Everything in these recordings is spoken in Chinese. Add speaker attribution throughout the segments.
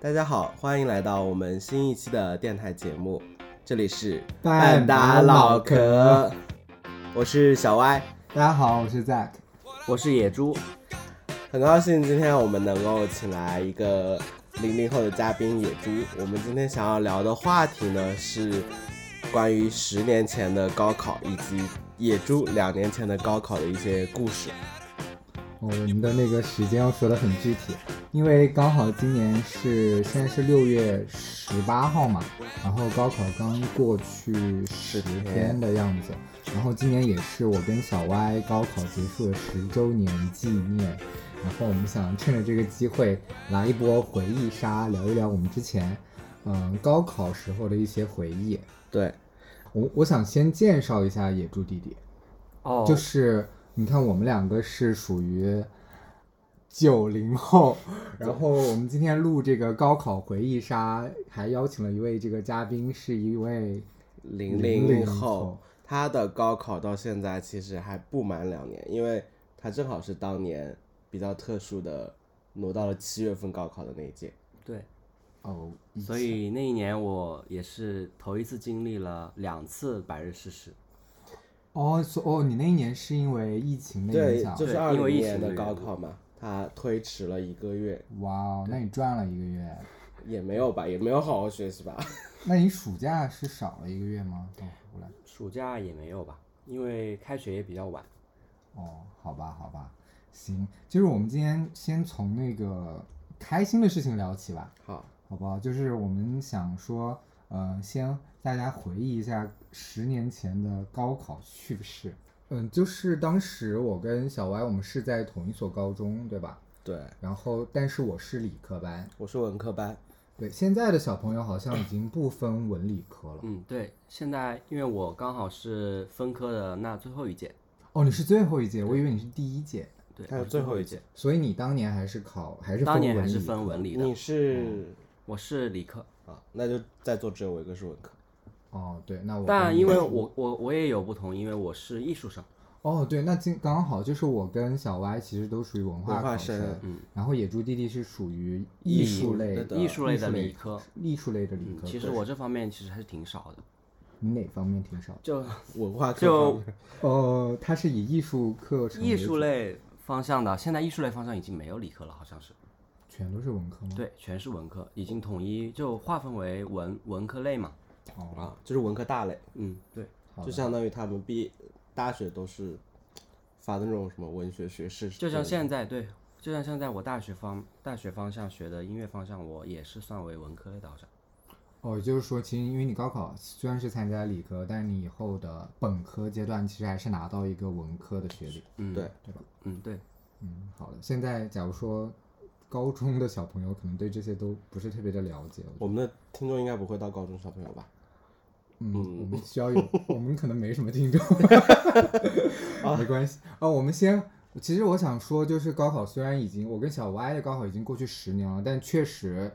Speaker 1: 大家好，欢迎来到我们新一期的电台节目，这里是
Speaker 2: 半打老壳，
Speaker 1: 我是小歪，
Speaker 2: 大家好，我是 Zack。
Speaker 3: 我是野猪，
Speaker 1: 很高兴今天我们能够请来一个零零后的嘉宾野猪。我们今天想要聊的话题呢是关于十年前的高考以及野猪两年前的高考的一些故事。
Speaker 2: 哦我们的那个时间要说的很具体，因为刚好今年是现在是六月十八号嘛，然后高考刚过去十天的样子，然后今年也是我跟小歪高考结束的十周年纪念，然后我们想趁着这个机会来一波回忆杀，聊一聊我们之前嗯高考时候的一些回忆。
Speaker 1: 对，
Speaker 2: 我我想先介绍一下野猪弟弟，
Speaker 3: 哦，
Speaker 2: 就是你看我们两个是属于九零后，然后我们今天录这个高考回忆杀，还邀请了一位这个嘉宾，是一位
Speaker 1: 零
Speaker 2: 00
Speaker 1: 零
Speaker 2: 后
Speaker 1: 后，他的高考到现在其实还不满两年，因为他正好是当年比较特殊的挪到了七月份高考的那一届。
Speaker 3: 对，
Speaker 2: 哦，以
Speaker 3: 所以那一年我也是头一次经历了呃两次百日誓师，
Speaker 2: 哦，所哦，你那一年是因为疫情的影
Speaker 1: 对，
Speaker 2: 响
Speaker 1: 就，是
Speaker 3: 对
Speaker 1: 二
Speaker 3: 因为
Speaker 1: 零
Speaker 3: 疫
Speaker 1: 年
Speaker 3: 情
Speaker 1: 的
Speaker 3: 的
Speaker 1: 高
Speaker 3: 缘故
Speaker 1: 考嘛，他推迟了一个月，
Speaker 2: 哇哦，那你赚了一个月，
Speaker 1: 也没有吧，也 没有好好学习吧。
Speaker 2: 那你暑假是少了一个月吗？倒回来，
Speaker 3: 暑假也没有吧，因为开学也比较晚。
Speaker 2: 哦，好吧，好吧，行，就是我们今天先从那个开心的事情聊起吧。
Speaker 1: 好，
Speaker 2: 好不好？就是我们想说，呃，先大家回忆一下十年前的高考趣事。嗯，就是当时我跟小歪，我们是在同一所高中，对吧？
Speaker 1: 对，
Speaker 2: 然后，但是我是理科班。
Speaker 1: 我是文科班，
Speaker 2: 对，现在的小朋友好像已经不分文理科了。
Speaker 3: 嗯，对，现在因为我刚好是分科的那最后一届，
Speaker 2: 哦，你是最后一届，我以为你是第一届，
Speaker 3: 对，
Speaker 1: 他是
Speaker 3: 我
Speaker 1: 最后一
Speaker 3: 一
Speaker 1: 届。
Speaker 2: 所以你当年还是考还是
Speaker 3: 当
Speaker 2: 分
Speaker 3: 年还
Speaker 2: 文
Speaker 3: 是
Speaker 2: 理科
Speaker 3: 分文理
Speaker 1: 你
Speaker 3: 的，
Speaker 1: 是
Speaker 3: 我是理科，
Speaker 1: 啊，那就在座只有我一个是文科。
Speaker 2: 哦，对，那我跟
Speaker 3: 但
Speaker 2: 你
Speaker 3: 因为我我我也有不同，因为我是艺术生，
Speaker 2: 哦，对，那今刚好就是我跟小歪其实都属于文化
Speaker 1: 文化
Speaker 2: 考
Speaker 1: 生
Speaker 3: 嗯
Speaker 2: 然后野猪弟弟是属于
Speaker 1: 艺
Speaker 2: 艺
Speaker 1: 术
Speaker 2: 术类
Speaker 1: 类的
Speaker 3: 艺术类的
Speaker 2: 艺术
Speaker 3: 理科。
Speaker 2: 艺术类的理
Speaker 3: 嗯
Speaker 2: 科。
Speaker 3: 其实
Speaker 2: 对
Speaker 3: 我这方面其实还是挺少的，
Speaker 2: 你哪方面挺少？
Speaker 3: 就
Speaker 1: 文化课
Speaker 3: 就
Speaker 1: 方面
Speaker 2: 哦，他是以艺术课程为
Speaker 3: 艺术
Speaker 2: 主，
Speaker 3: 类方向的，现在艺术类方向已经没有理科了，好像是。
Speaker 2: 全都是文科吗？
Speaker 3: 对，全是文科，已经统一就划分为文文科类嘛。
Speaker 2: 哦，
Speaker 1: 啊，就是文科大类，
Speaker 3: 嗯，对，
Speaker 2: 好
Speaker 1: 就
Speaker 2: 的。
Speaker 1: 相当于他们毕大学都是发的那种什么文学学士之类
Speaker 3: 就
Speaker 1: 的，
Speaker 3: 像现在对，就像现在我大学方大学方向学的音乐方向，我也是算为文科类的，好像。
Speaker 2: 哦，也就是说，其实因为你高考虽然是参加理科，但是你以后的本科阶段其实还是拿到一个文科的学历。
Speaker 3: 嗯，
Speaker 1: 对，
Speaker 3: 嗯对，
Speaker 2: 嗯，好的。现在假如说高中的小朋友可能对这些都不是特别的了解，我觉得
Speaker 1: 我们的听众应该不会到高中小朋友吧？
Speaker 2: 嗯，我们需要有，我们可能没什么听众，没关系啊、我们先，其实我想说，就是高考虽然已经，我跟小 Y 的高考已经过去十年了，但确实，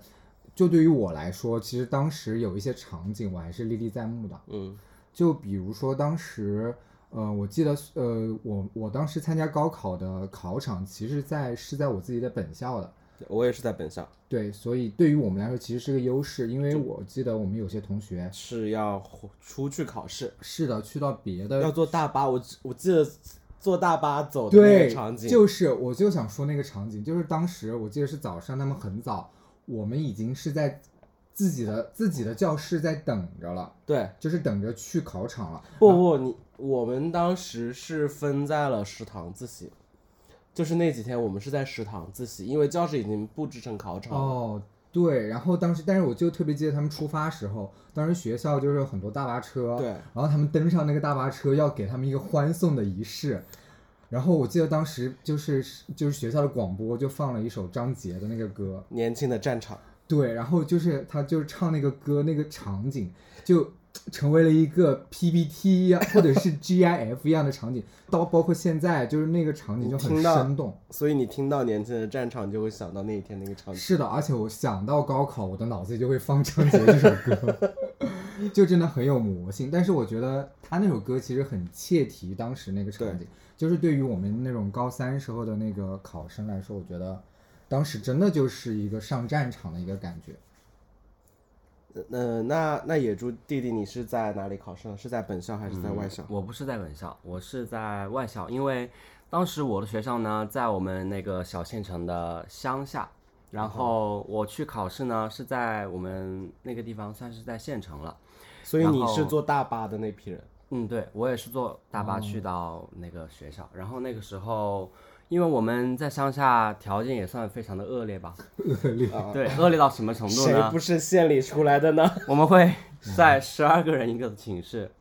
Speaker 2: 就对于我来说，其实当时有一些场景我还是历历在目的。
Speaker 1: 嗯，
Speaker 2: 就比如说当时，呃，我记得，呃，我我当时参加高考的考场，其实在是在我自己的本校的。
Speaker 1: 我也是在本校，
Speaker 2: 对，所以对于我们来说其实是个优势，因为我记得我们有些同学
Speaker 1: 是要出去考试，
Speaker 2: 是的，去到别的
Speaker 1: 要坐大巴。我只我记得坐大巴走的那
Speaker 2: 对，
Speaker 1: 个场景，
Speaker 2: 就是我就想说那个场景，就是当时我记得是早上，他们很早，我们已经是在自己的自己的教室在等着了，
Speaker 1: 对，
Speaker 2: 就是等着去考场了。
Speaker 1: 不不，你我们当时是分在了食堂自习，就是那几天我们是在食堂自习，因为教室已经布置成考场了。
Speaker 2: 哦，对，然后当时，但是我就特别记得他们出发时候，当时学校就是有很多大巴车，
Speaker 1: 对
Speaker 2: 然后他们登上那个大巴车，要给他们一个欢送的仪式。然后我记得当时就是就是学校的广播就放了一首张杰的那个歌，
Speaker 1: 年轻的战场，
Speaker 2: 对，然后就是他就是唱那个歌，那个场景就成为了一个 PPT 呀、或 者是 GIF 一样的场景，到包括现在就是那个场景就很
Speaker 1: 听到
Speaker 2: 生动。
Speaker 1: 所以你听到年轻的战场，你就会想到那一天那个场景。
Speaker 2: 是的，而且我想到高考，我的脑子里就会放张杰这首歌， 就真的很有魔性。但是我觉得他那首歌其实很切题当时那个场景，就是对于我们那种高三时候的那个考生来说，我觉得当时真的就是一个上战场的一个感觉。
Speaker 1: 呃，那那野猪弟弟，你是在哪里考上？是在本校还是在外校？
Speaker 3: 我不是在本校，我是在外校，因为当时我的学校呢在我们那个小县城的乡下，然
Speaker 1: 哦
Speaker 3: 后我去考试呢是在我们那个地方，算是在县城了。
Speaker 1: 所以
Speaker 3: 然
Speaker 1: 你
Speaker 3: 后
Speaker 1: 是坐大巴的那批人。
Speaker 3: 嗯，对，我也是坐大巴
Speaker 1: 哦
Speaker 3: 去到那个学校，然后那个时候，因为我们在乡下条件也算非常的恶劣吧，恶劣，对，恶劣到什么程度
Speaker 1: 谁
Speaker 3: 呢？
Speaker 1: 不是县里出来的呢？
Speaker 3: 我们会在十二个人一个寝室，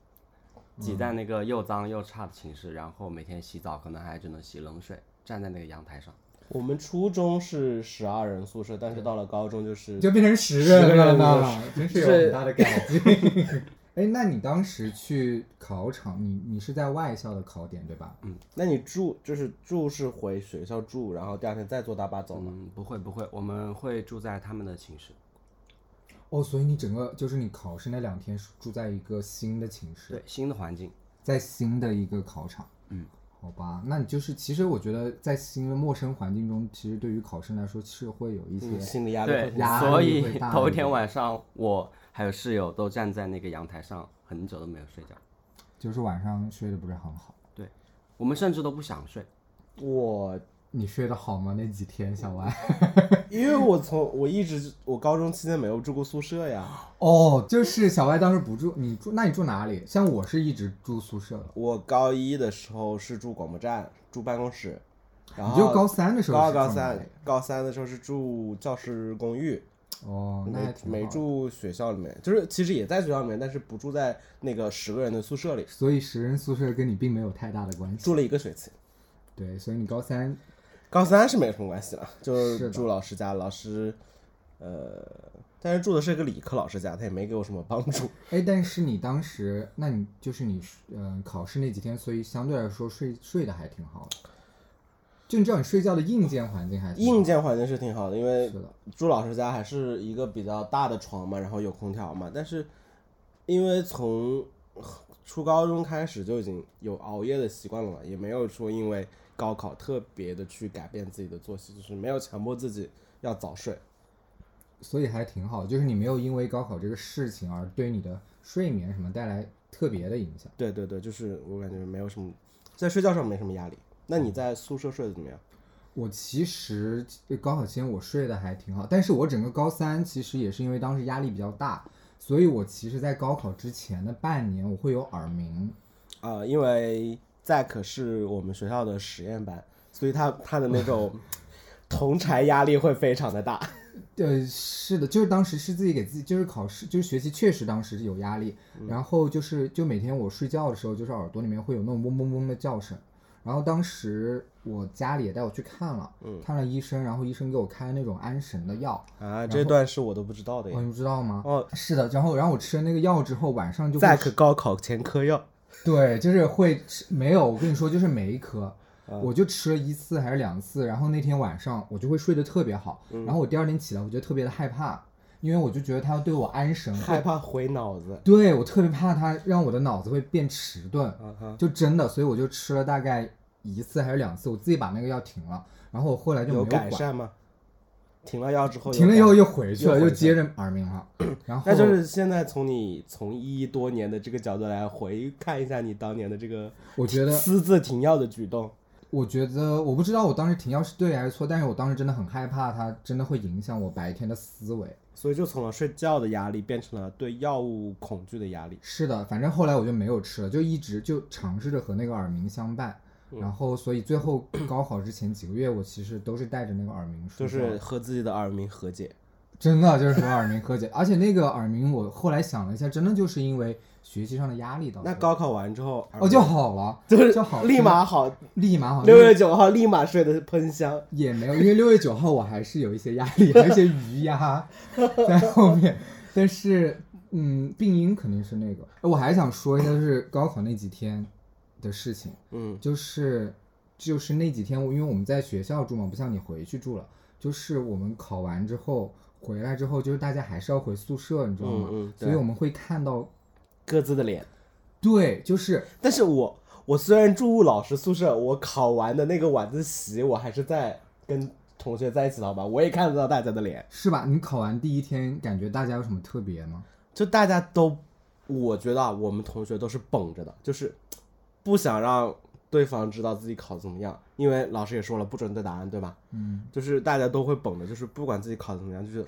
Speaker 3: 挤在那个又脏又差的寝室，然后每天洗澡可能还只能洗冷水，站在那个阳台上。
Speaker 1: 我们初中是十二人宿舍，但是到了高中就是
Speaker 2: 你就变成十人了呢，真是有
Speaker 1: 是
Speaker 2: 很大的改进。 哎，那你当时去考场，你你是在外校的考点对吧？
Speaker 1: 那你住就是住是回学校住，然后第二天再坐大巴走吗？
Speaker 3: 嗯，不会不会，我们会住在他们的寝室。
Speaker 2: 哦，所以你整个就是你考试那两天是住在一个新的寝室，
Speaker 3: 对，新的环境，
Speaker 2: 在新的一个考场。
Speaker 3: 嗯，
Speaker 2: 好吧，那你就是其实我觉得在新的陌生环境中，其实对于考生来说是会有一些
Speaker 1: 嗯，心理压力会
Speaker 3: 对
Speaker 1: 很
Speaker 2: 压力，
Speaker 3: 所
Speaker 2: 会
Speaker 3: 以
Speaker 2: 大一
Speaker 3: 头一天
Speaker 2: 点
Speaker 3: 晚上我还有室友都站在那个阳台上很久都没有睡觉，
Speaker 2: 就是晚上睡得不是很好。
Speaker 3: 我们甚至都不想 睡。
Speaker 1: 我
Speaker 2: 你睡得好吗？那几天，小歪？
Speaker 1: 因为我从我一直我高中期间没有住过宿舍呀，
Speaker 2: 哦，就是小歪当时不住，你住那你住哪里？像我是一直住宿舍的，
Speaker 1: 我高一的时候是住广播站，住办公室，然
Speaker 2: 你
Speaker 1: 后
Speaker 2: 就高三的时候
Speaker 1: 高
Speaker 2: 是
Speaker 1: 二高
Speaker 2: 住哪里
Speaker 1: 三高三的时候是住教师公寓，
Speaker 2: 哦，那还
Speaker 1: 没
Speaker 2: 挺好
Speaker 1: 没
Speaker 2: 的。
Speaker 1: 住学校里面，就是其实也在学校里面，但是不住在那个十个人的宿舍里，
Speaker 2: 所以十人宿舍跟你并没有太大的关系。
Speaker 1: 住了一个学期。
Speaker 2: 对，所以你高三
Speaker 1: 高三是没什么关系了，就是
Speaker 2: 的
Speaker 1: 住老师家，老师，呃，但是住的是个理科老师家，他也没给我什么帮助。
Speaker 2: 哎，但是你当时，那你就是你，嗯、考试那几天，所以相对来说睡睡得还挺好的。就你知道，你睡觉的硬件环境还挺好
Speaker 1: 硬件环境是挺好的，因为
Speaker 2: 是的
Speaker 1: 住老师家还是一个比较大的床嘛，然后有空调嘛。但是因为从初高中开始就已经有熬夜的习惯了嘛，也没有说因为高考特别的去改变自己的作息，就是没有强迫自己要早睡。
Speaker 2: 所以还挺好。就是你没有因为高考这个事情而对你的睡眠什么带来特别的影响。
Speaker 1: 对对对，就是我感觉没有什么，在睡觉上没什么压力。那你在宿舍睡得怎么样？
Speaker 2: 我其实高考期间我睡得还挺好，但是我整个高三其实也是因为当时压力比较大，所以我其实，在高考之前的半年我会有耳鸣，
Speaker 1: 呃，因为 Zack 是我们学校的实验班，所以他他的那种 同柴压力会非常的大。
Speaker 2: 呃，是的，就是当时是自己给自己，就是考试，就是学习，确实当时是有压力。
Speaker 1: 嗯
Speaker 2: 然后就是，就每天我睡觉的时候，就是耳朵里面会有那种嗡嗡嗡的叫声。然后当时我家里也带我去看了，
Speaker 1: 嗯
Speaker 2: 看了医生，然后医生给我开那种安神的药，
Speaker 1: 啊，这段是我都不知道的
Speaker 2: 哦，
Speaker 1: 呀。
Speaker 2: 你不知道吗？
Speaker 1: 哦，
Speaker 2: 是的。然后，然后我吃了那个药之后，晚上就会
Speaker 1: Zack 高考前嗑药，
Speaker 2: 对，就是会吃没有，我跟你说，就是每一颗，
Speaker 1: 啊
Speaker 2: 我就吃了一次还是两次，然后那天晚上我就会睡得特别好，
Speaker 1: 嗯
Speaker 2: 然后我第二天起来我就特别的害怕，因为我就觉得它要对我安神，
Speaker 1: 害怕毁脑子。
Speaker 2: 对我特别怕它让我的脑子会变迟钝，
Speaker 1: 啊哈，
Speaker 2: 就真的，所以我就吃了大概一次还是两次，我自己把那个药停了，然后我后来就没
Speaker 1: 有
Speaker 2: 管
Speaker 1: 改，善吗？停了药之后有改，
Speaker 2: 停了以后又回去
Speaker 1: 又
Speaker 2: 了，
Speaker 1: 回
Speaker 2: 又
Speaker 1: 去
Speaker 2: 接着耳鸣了，然后
Speaker 1: 那就是现在从你从医多年的这个角度来回看一下你当年的这个
Speaker 2: 我觉得
Speaker 1: 私自停药的举动。
Speaker 2: 我觉得我不知道我当时停药是对还是错，但是我当时真的很害怕它真的会影响我白天的思维。
Speaker 1: 所以就从了睡觉的压力变成了对药物恐惧的压力。
Speaker 2: 是的，反正后来我就没有吃了，就一直就尝试着和那个耳鸣相伴。
Speaker 1: 嗯
Speaker 2: 然后，所以最后高考之前几个月，我其实都是带着那个耳鸣睡
Speaker 1: 就
Speaker 2: 觉，
Speaker 1: 是和自己的耳鸣和解，
Speaker 2: 真的就是和耳鸣和解。而且那个耳鸣，我后来想了一下，真的就是因为学习上的压力导致
Speaker 1: 那
Speaker 2: 的。
Speaker 1: 高考完之后，耳
Speaker 2: 嗯哦
Speaker 1: 鸣
Speaker 2: 就好了，
Speaker 1: 就是
Speaker 2: 就好，
Speaker 1: 立马好，
Speaker 2: 立马好。
Speaker 1: 六月九号立马睡得喷香。
Speaker 2: 也没有，因为六月九号我还是有一些压力，还有一些余压 在后面。但是，嗯，病因肯定是那个。哎我还想说一下，就是高考那几天的事情，
Speaker 1: 嗯，
Speaker 2: 就是就是那几天，因为我们在学校住嘛，不像你回去住了。就是我们考完之后回来之后，就是大家还是要回宿舍，你知道吗？
Speaker 1: 嗯嗯对
Speaker 2: 所以我们会看到，
Speaker 1: 各自的脸。
Speaker 2: 对，就是
Speaker 1: 但是我我虽然住老师宿舍，我考完的那个晚自习，我还是在跟同学在一起了，好吧？我也看得到大家的脸，
Speaker 2: 是吧？你考完第一天，感觉大家有什么特别吗？
Speaker 1: 就大家都，我觉得啊，我们同学都是绷着的，就是不想让对方知道自己考得怎么样，因为老师也说了不准对答案，对吧？
Speaker 2: 嗯，
Speaker 1: 就是大家都会绷着，就是不管自己考得怎么样，就是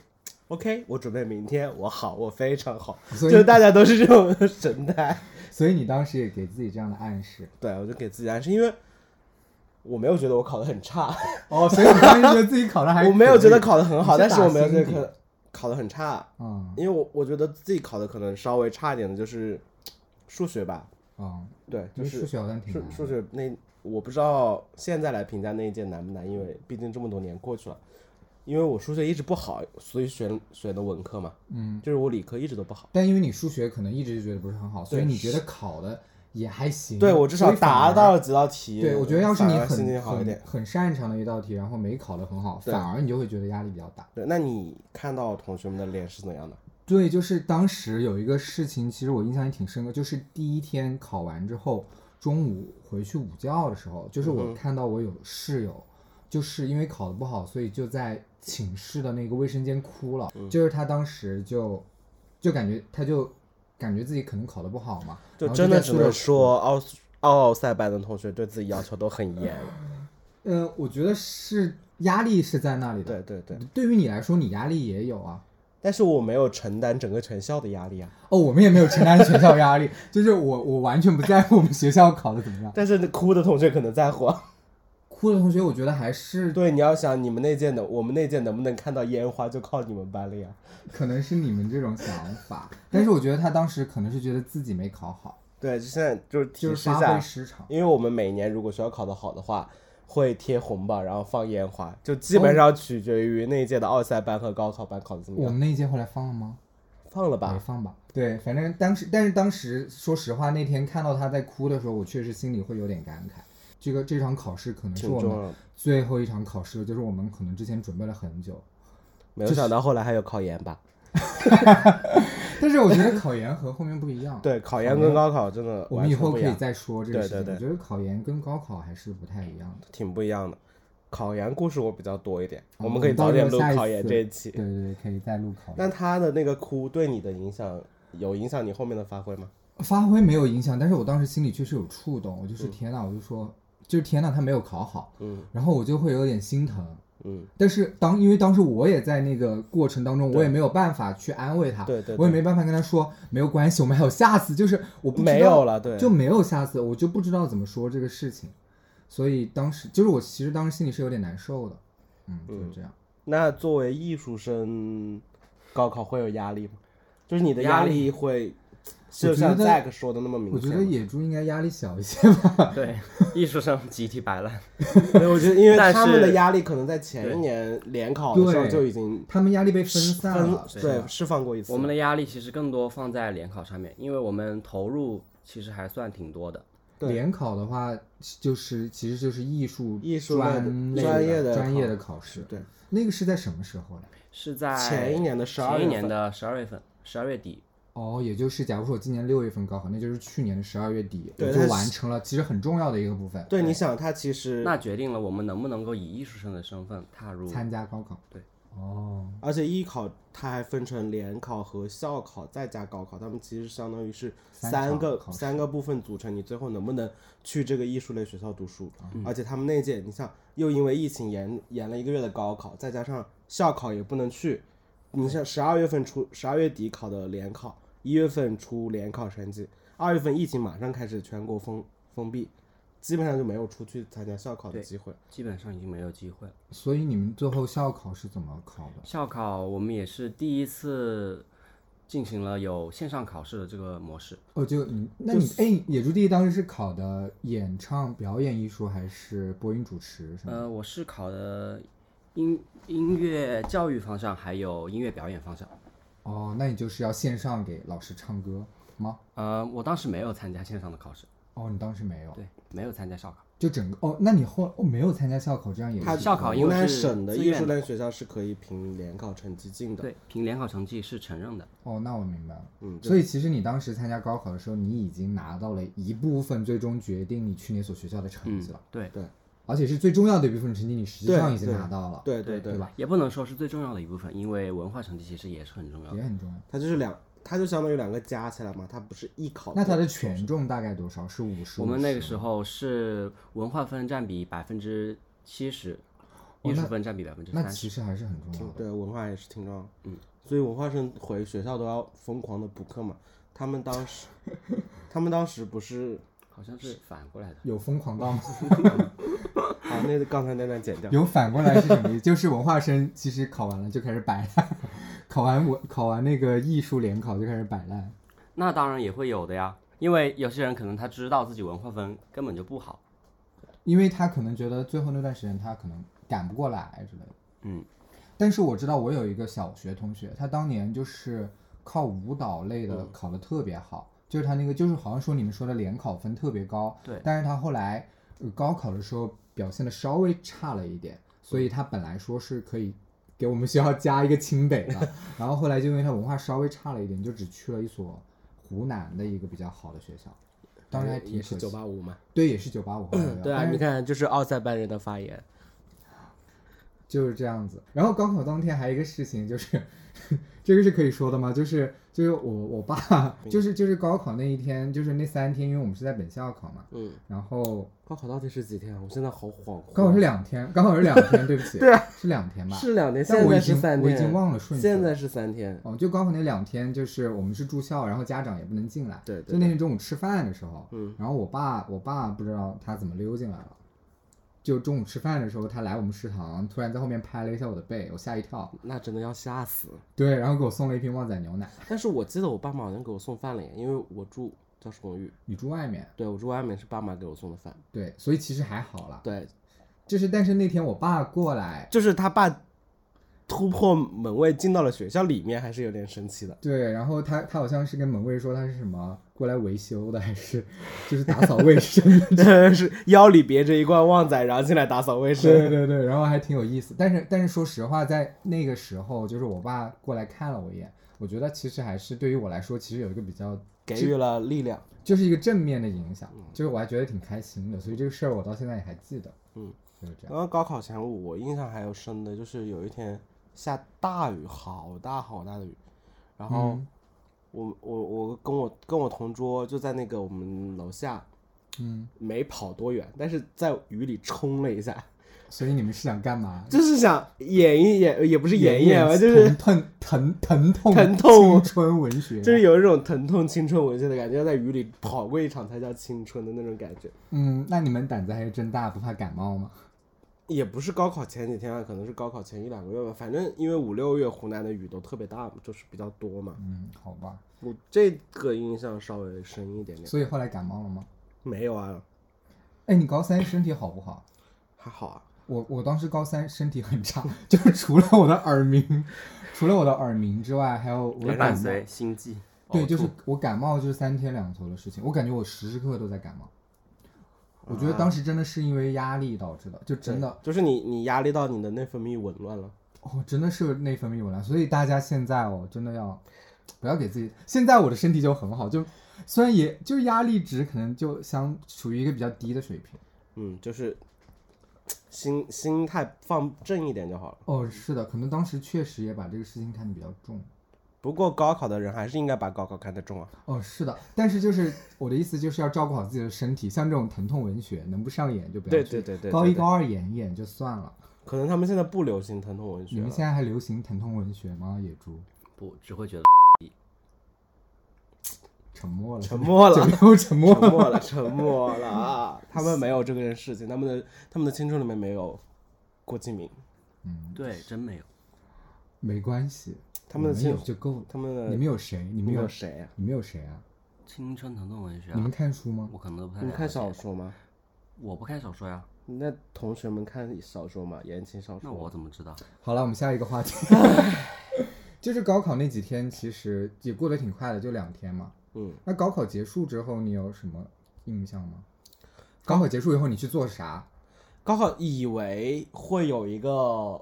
Speaker 1: OK，我准备明天我好，我非常好，
Speaker 2: 所
Speaker 1: 就
Speaker 2: 以
Speaker 1: 是大家都是这种神态。
Speaker 2: 所以你当时也给自己这样的暗示
Speaker 1: 对，我就给自己暗示，因为我没有觉得我考得很差，
Speaker 2: 哦，所以你当时觉得自己考的还
Speaker 1: 我没有觉得
Speaker 2: 可
Speaker 1: 考得很好，
Speaker 2: 你是
Speaker 1: 但是我没有
Speaker 2: 打
Speaker 1: 觉得
Speaker 2: 心底
Speaker 1: 可考得很差，
Speaker 2: 以嗯
Speaker 1: 因为我我觉得自己考的可能稍微差一点的就是数学吧，
Speaker 2: 嗯，
Speaker 1: 对，
Speaker 2: 因
Speaker 1: 就
Speaker 2: 为
Speaker 1: 是
Speaker 2: 数学好像挺
Speaker 1: 数
Speaker 2: 难啊
Speaker 1: 数
Speaker 2: 的。
Speaker 1: 学那我不知道现在来评价那一届难不难，因为毕竟这么多年过去了。因为我数学一直不好，所以选选的文科嘛，
Speaker 2: 嗯，
Speaker 1: 就是我理科一直都不好。
Speaker 2: 但因为你数学可能一直就觉得不是很好，所以
Speaker 1: 对
Speaker 2: 你觉得考的也还行。
Speaker 1: 对我至
Speaker 2: 所
Speaker 1: 少
Speaker 2: 以反
Speaker 1: 达
Speaker 2: 而
Speaker 1: 到。了几道题。
Speaker 2: 对，我觉得要是你
Speaker 1: 反而心
Speaker 2: 很
Speaker 1: 情好一点
Speaker 2: 很，很擅长的一道题，然后没考得很好，
Speaker 1: 对
Speaker 2: 反而你就会觉得压力比较大。
Speaker 1: 对，那你看到同学们的脸是怎样的？
Speaker 2: 对，就是当时有一个事情，其实我印象也挺深刻，就是第一天考完之后，中午回去午觉的时候，就是
Speaker 1: 嗯
Speaker 2: 我
Speaker 1: 哼
Speaker 2: 看到我有室友，就是因为考得不好，所以就在寝室的那个卫生间哭了。
Speaker 1: 嗯
Speaker 2: 就是他当时就，就感觉他就感觉自己可能考得不好嘛，
Speaker 1: 就
Speaker 2: 然后
Speaker 1: 真的
Speaker 2: 在
Speaker 1: 只
Speaker 2: 宿舍
Speaker 1: 能
Speaker 2: 哭
Speaker 1: 说奥斯奥赛班的同学对自己要求都很 严。
Speaker 2: 呃，我觉得是压力是在那里的。
Speaker 1: 对对对，
Speaker 2: 对于你来说，你压力也有啊。
Speaker 1: 但是我没有承担整个全校的压力啊。
Speaker 2: 哦，我们也没有承担全校压力， 就是我我完全不在乎我们学校考得怎么样。
Speaker 1: 但是哭的同学可能在乎啊。
Speaker 2: 哭的同学，我觉得还是
Speaker 1: 对，你要想你们那届能，我们那届能不能看到烟花，就靠你们班了啊呀。
Speaker 2: 可能是你们这种想法，但是我觉得他当时可能是觉得自己没考好，
Speaker 1: 对，就现在就是提
Speaker 2: 就
Speaker 1: 示
Speaker 2: 是
Speaker 1: 一
Speaker 2: 发
Speaker 1: 下
Speaker 2: 挥，失常。
Speaker 1: 因为我们每年如果学校考得好的话，会贴红包，然后放烟花，就基
Speaker 2: 哦
Speaker 1: 本上取决于那一届的奥赛班和高考班考得怎么
Speaker 2: 我
Speaker 1: 样。
Speaker 2: 们那一届后来放了吗？
Speaker 1: 放了
Speaker 2: 没
Speaker 1: 吧，
Speaker 2: 放吧。对，反正当时，但是当时说实话，那天看到他在哭的时候，我确实心里会有点感慨。这个这场考试可能是
Speaker 1: 挺
Speaker 2: 我
Speaker 1: 重要
Speaker 2: 们
Speaker 1: 的。
Speaker 2: 最后一场考试，就是我们可能之前准备了很久，
Speaker 1: 没有想到后来还有考研吧？
Speaker 2: 但是我觉得考研和后面不一样。
Speaker 1: 对，考研跟高考真的
Speaker 2: 嗯我们以后可
Speaker 1: 完全不一样
Speaker 2: 以再说这个
Speaker 1: 对
Speaker 2: 事
Speaker 1: 对
Speaker 2: 情。
Speaker 1: 对
Speaker 2: 我觉得考研跟高考还是不太一样的。
Speaker 1: 挺不一样的。考研故事我比较多一点，
Speaker 2: 嗯
Speaker 1: 我们可以早点录
Speaker 2: 我们到时候
Speaker 1: 考
Speaker 2: 下一
Speaker 1: 研
Speaker 2: 次
Speaker 1: 这一期。
Speaker 2: 对对对，可以再录考研。
Speaker 1: 那他的那个哭对你的影响，有影响你后面的发挥吗？
Speaker 2: 发挥没有影响，但是我当时心里确实有触动，我就是天呐，我就说，就是天呐，他没有考好，
Speaker 1: 嗯
Speaker 2: 然后我就会有点心疼。
Speaker 1: 嗯，
Speaker 2: 但是当因为当时我也在那个过程当中，我也没有办法去安慰他，
Speaker 1: 对对对
Speaker 2: 我也没办法跟他说没有关系，我们还有下次，就是我不知道
Speaker 1: 没有了，对，
Speaker 2: 就没有下次，我就不知道怎么说这个事情，所以当时就是我其实当时心里是有点难受的，嗯，就是这样。
Speaker 1: 那作为艺术生，高考会有压力吗？就是你的
Speaker 3: 压
Speaker 1: 压
Speaker 3: 力
Speaker 1: 力会，
Speaker 2: 我
Speaker 1: 就
Speaker 2: 觉
Speaker 1: 像
Speaker 2: 得
Speaker 1: Zack 说的那么明
Speaker 2: 我
Speaker 1: 显
Speaker 2: 觉
Speaker 1: 吗。
Speaker 2: 得野猪应该压力小一些吧，
Speaker 3: 对，艺术生集体摆 烂。
Speaker 1: 对，我觉得因为
Speaker 3: 但
Speaker 1: 他们的
Speaker 3: 是
Speaker 1: 压力可能在前一年联考的时候
Speaker 2: 对
Speaker 1: 就已经
Speaker 2: 他们压力被分散
Speaker 1: 分
Speaker 2: 了，是
Speaker 1: 对
Speaker 2: 吧
Speaker 1: 释放过一次。
Speaker 3: 我们的压力其实更多放在联考上面，因为我们投入其实还算挺多的。
Speaker 1: 对
Speaker 2: 联考的话，就是其实就是艺术
Speaker 1: 艺术类的
Speaker 2: 专
Speaker 1: 专业
Speaker 2: 业
Speaker 1: 的
Speaker 2: 专
Speaker 1: 考
Speaker 2: 的考试。
Speaker 1: 对，
Speaker 2: 那个是在什么时候嘞？
Speaker 3: 是在
Speaker 1: 前一年的12
Speaker 3: 前一
Speaker 1: 月
Speaker 3: 年
Speaker 1: 份
Speaker 3: 的十二月份，十二月底。
Speaker 2: 哦，也就是假如说我今年六月份高考，那就是去年的十二月底
Speaker 1: 对
Speaker 2: 我
Speaker 1: 它
Speaker 2: 就是完成了，其实很重要的一个部分。
Speaker 1: 对，你想他其实
Speaker 3: 那决定了我们能不能够以艺术生的身份踏入。
Speaker 2: 参加高考。
Speaker 3: 对，
Speaker 2: 哦，
Speaker 1: 而且艺考它还分成联考和校考，再加高考，它们其实相当于是
Speaker 2: 三
Speaker 1: 三个
Speaker 2: 场考试
Speaker 1: 三个部分组成。你最后能不能去这个艺术类学校读书？
Speaker 3: 嗯
Speaker 1: 而且他们那届，你像又因为疫情延延了一个月的高考，再加上校考也不能去，你像十二月份出十二月底考的联考，一月份出联考成绩，二月份疫情马上开始全国封封闭，基本上就没有出去参加校考的机会。
Speaker 3: 基本上已经没有机会了。
Speaker 2: 所以你们最后校考是怎么考的？
Speaker 3: 校考我们也是第一次进行了有线上考试的这个模式。
Speaker 2: 哦，就你，那你哎，野猪弟当时是考的演唱表演艺术还是播音主持什么？
Speaker 3: 呃，我是考的音音乐教育方向，还有音乐表演方向。
Speaker 2: 哦，那你就是要线上给老师唱歌吗？
Speaker 3: 呃，我当时没有参加线上的考试，
Speaker 2: 哦，你当时没有。
Speaker 3: 对，没有参加校考。
Speaker 2: 就整个哦，那你后哦没有参加校考，这样也
Speaker 1: 它
Speaker 2: 是
Speaker 3: 校考因
Speaker 1: 湖
Speaker 3: 为
Speaker 1: 南
Speaker 3: 是
Speaker 1: 省的
Speaker 3: 自
Speaker 1: 艺
Speaker 3: 愿
Speaker 1: 术
Speaker 3: 的
Speaker 1: 类学校是可以凭联考成绩进的。
Speaker 3: 对，凭联考成绩是承认的。
Speaker 2: 哦，那我明白了。
Speaker 1: 嗯
Speaker 2: 所以其实你当时参加高考的时候，你已经拿到了一部分最终决定你去哪所学校的成绩了。
Speaker 3: 嗯对，
Speaker 1: 对，
Speaker 2: 哦，而且是最重要的一部分成绩，你实际
Speaker 1: 对
Speaker 2: 上已经
Speaker 1: 对
Speaker 2: 拿到了，
Speaker 1: 对
Speaker 3: 对
Speaker 1: 对，
Speaker 2: 吧？
Speaker 3: 也不能说是最重要的一部分，因为文化成绩其实也是很重要
Speaker 2: 也
Speaker 3: 的。
Speaker 2: 很重要。
Speaker 1: 它就是两，它就相当于两个加起来嘛，它不是一考。
Speaker 2: 那它的权重大概多少？是五十？
Speaker 3: 我们那
Speaker 2: 候
Speaker 3: 个时候是文化分占比百分之七十，
Speaker 2: 哦
Speaker 3: 艺术
Speaker 2: 那
Speaker 3: 分占比百分之
Speaker 2: 那
Speaker 3: 三
Speaker 2: 其
Speaker 3: 十。
Speaker 2: 实还是很重要的。
Speaker 1: 对文化也是挺重要，
Speaker 3: 嗯，
Speaker 1: 所以文化生回学校都要疯狂的补课嘛。他们当 时，他们当时不是
Speaker 3: 好像是反过来的。
Speaker 2: 有疯狂 到吗？
Speaker 1: 啊，那刚才那段剪掉，
Speaker 2: 有反过来是什么意思？就是文化生其实考完了就开始摆烂， 考完我考完那个艺术联考就开始摆烂。
Speaker 3: 那当然也会有的呀，因为有些人可能他知道自己文化分根本就不好，
Speaker 2: 因为他可能觉得最后那段时间他可能赶不过来之类的。
Speaker 3: 嗯，
Speaker 2: 但是我知道我有一个小学同学，他当年就是靠舞蹈类
Speaker 1: 嗯
Speaker 2: 的考得特别好，就是他那个就是好像说你们说的联考分特别高，
Speaker 3: 对
Speaker 2: 但是他后来、呃高考的时候表现的稍微差了一点，所以他本来说是可以。给我们学校加一个清北 的，然后后来就因为他文化稍微差了一点，就只去了一所湖南的一个比较好的学校， 当时还
Speaker 1: 也
Speaker 2: 挺可
Speaker 1: 是
Speaker 2: 惜。
Speaker 1: 九八五嘛。
Speaker 2: 对，也是九 八五。
Speaker 1: 对啊，你看，就是奥赛班人的发言，
Speaker 2: 就是这样子。然后高考当天还有一个事情，就是这个是可以说的吗？就是就是我我爸，
Speaker 1: 嗯
Speaker 2: 就是就是高考那一天，就是那三天，因为我们是在本校考嘛，
Speaker 1: 嗯，
Speaker 2: 然后
Speaker 1: 高考到底是几天啊？我现在好恍惚。
Speaker 2: 高考是两天，高考是两天，对不起，
Speaker 1: 对啊
Speaker 2: 是两天吧？
Speaker 1: 是两天，
Speaker 2: 但
Speaker 1: 现
Speaker 2: 我
Speaker 1: 在
Speaker 2: 已
Speaker 1: 是
Speaker 2: 经
Speaker 1: 三
Speaker 2: 我
Speaker 1: 天，
Speaker 2: 已经忘了顺序了。
Speaker 1: 现在是三天，
Speaker 2: 哦，就高考那两天，就是我们是住校，然后家长也不能进来。
Speaker 1: 对对对
Speaker 2: 就那天中午吃饭的时候，
Speaker 1: 嗯，
Speaker 2: 然后我爸，我爸不知道他怎么溜进来了，就中午吃饭的时候，他来我们食堂，突然在后面拍了一下我的背，我吓一跳。
Speaker 1: 那真的要吓死。
Speaker 2: 对，然后给我送了一瓶旺仔牛奶。
Speaker 1: 但是我记得我爸妈好像给我送饭了耶，因为我住教师公寓，
Speaker 2: 你住外面，
Speaker 1: 对我住外面是爸妈给我送的饭。
Speaker 2: 对，所以其实还好啦。
Speaker 1: 对，
Speaker 2: 就是，但是那天我爸过来，
Speaker 1: 就是他爸突破门卫进到了学校里面，还是有点生气的。
Speaker 2: 对，然后他他好像是跟门卫说他是什么过来维修的，还是就是打扫卫生 的
Speaker 1: 是腰里别着一罐旺仔，然后进来打扫卫
Speaker 2: 对
Speaker 1: 生。
Speaker 2: 对对，然后还挺有意思。但是但是说实话，在那个时候，就是我爸过来看了我一眼，我觉得其实还是对于我来说，其实有一个比较
Speaker 1: 给予了力量，
Speaker 2: 就是一个正面的影响，就是我还觉得挺开心的。所以这个事儿我到现在也还记得。
Speaker 1: 嗯，
Speaker 2: 就是这样。
Speaker 1: 然后高考前我印象还有深的就是有一天下大雨，好大好大的雨，然后
Speaker 2: 嗯
Speaker 1: 我我我跟我跟我同桌就在那个我们楼下
Speaker 2: 嗯，
Speaker 1: 没跑多远，但是在雨里冲了一下，
Speaker 2: 所以你们是想干嘛？
Speaker 1: 就是想演一演，也不是演一演吧，
Speaker 2: 吧，
Speaker 1: 就是
Speaker 2: 疼疼疼痛
Speaker 1: 疼痛
Speaker 2: 青春文学，
Speaker 1: 就是有一种疼痛青春文学的感觉，要在雨里跑过一场才叫青春的那种感觉。
Speaker 2: 嗯，那你们胆子还是真大，不怕感冒吗？
Speaker 1: 也不是高考前几天啊，可能是高考前一两个月吧。反正因为五六月湖南的雨都特别大，就是比较多嘛。
Speaker 2: 嗯，好吧。
Speaker 1: 我这个印象稍微深一点点。
Speaker 2: 所以后来感冒了吗？
Speaker 1: 没有啊，
Speaker 2: 哎，你高三身体好不好？
Speaker 1: 还好啊。
Speaker 2: 我我当时高三身体很差， 就是除了我的耳鸣，除了我的耳鸣之外，还有我的感
Speaker 3: 伴
Speaker 2: 冒。
Speaker 3: 随心哦悸。
Speaker 2: 对，
Speaker 3: 呕
Speaker 2: 就是
Speaker 3: 吐
Speaker 2: 我感冒就是三天两头的事情，我感觉我时时刻刻都在感冒。我觉得当时真的是因为压力导致的，就真的
Speaker 1: 啊对，就是你你压力到你的内分泌紊乱了。
Speaker 2: 哦，真的是内分泌紊乱，所以大家现在哦，真的要不要给自己？现在我的身体就很好，就虽然也就是压力值可能就相处于一个比较低的水平。
Speaker 1: 嗯，就是心心态放正一点就好了。
Speaker 2: 哦，是的，可能当时确实也把这个事情看得比较重。
Speaker 1: 不过高考的人还是应该把高考看得重啊。
Speaker 2: 哦，是的，但是就是我的意思就是要照顾好自己的身体，像这种疼痛文学能不上演就不要
Speaker 1: 对
Speaker 2: 去
Speaker 1: 对对对
Speaker 2: 高
Speaker 1: 对
Speaker 2: 一
Speaker 1: 对
Speaker 2: 高二演一演就算了。
Speaker 1: 可能他们现在不流行疼痛文
Speaker 2: 你
Speaker 1: 学
Speaker 2: 们
Speaker 1: 了。
Speaker 2: 现在还流行疼痛文学吗？野猪
Speaker 3: 不只会觉得
Speaker 2: 沉默了，
Speaker 1: 沉 默了
Speaker 2: 九六沉默
Speaker 1: 沉默了，沉默了啊！他们没有这个事情，他们的他们的青春里面没有郭敬明，
Speaker 3: 对，真没有。
Speaker 2: 嗯没关系，
Speaker 1: 他们的
Speaker 2: 你们
Speaker 1: 青
Speaker 2: 有就够了。
Speaker 1: 他们的
Speaker 2: 你们有谁？你们
Speaker 1: 有
Speaker 2: 有？
Speaker 1: 谁呀、
Speaker 2: 你们有谁啊？
Speaker 3: 青春疼痛文学
Speaker 2: 你们
Speaker 3: 啊，
Speaker 2: 看书吗？
Speaker 3: 我可能都不太
Speaker 1: 你们看
Speaker 3: 了解
Speaker 1: 小说吗？
Speaker 3: 我不看小说呀，
Speaker 1: 那同学们看小说吗？言情小
Speaker 3: 那我
Speaker 1: 说？
Speaker 3: 怎么知道？
Speaker 2: 好了，我们下一个话题。 就是高考那几天，其实也过得挺快的，就两天嘛。
Speaker 1: 嗯，
Speaker 2: 那高考结束之后，你有什么印象吗？高考结束以后，你去做啥？
Speaker 1: 高考以为会有一个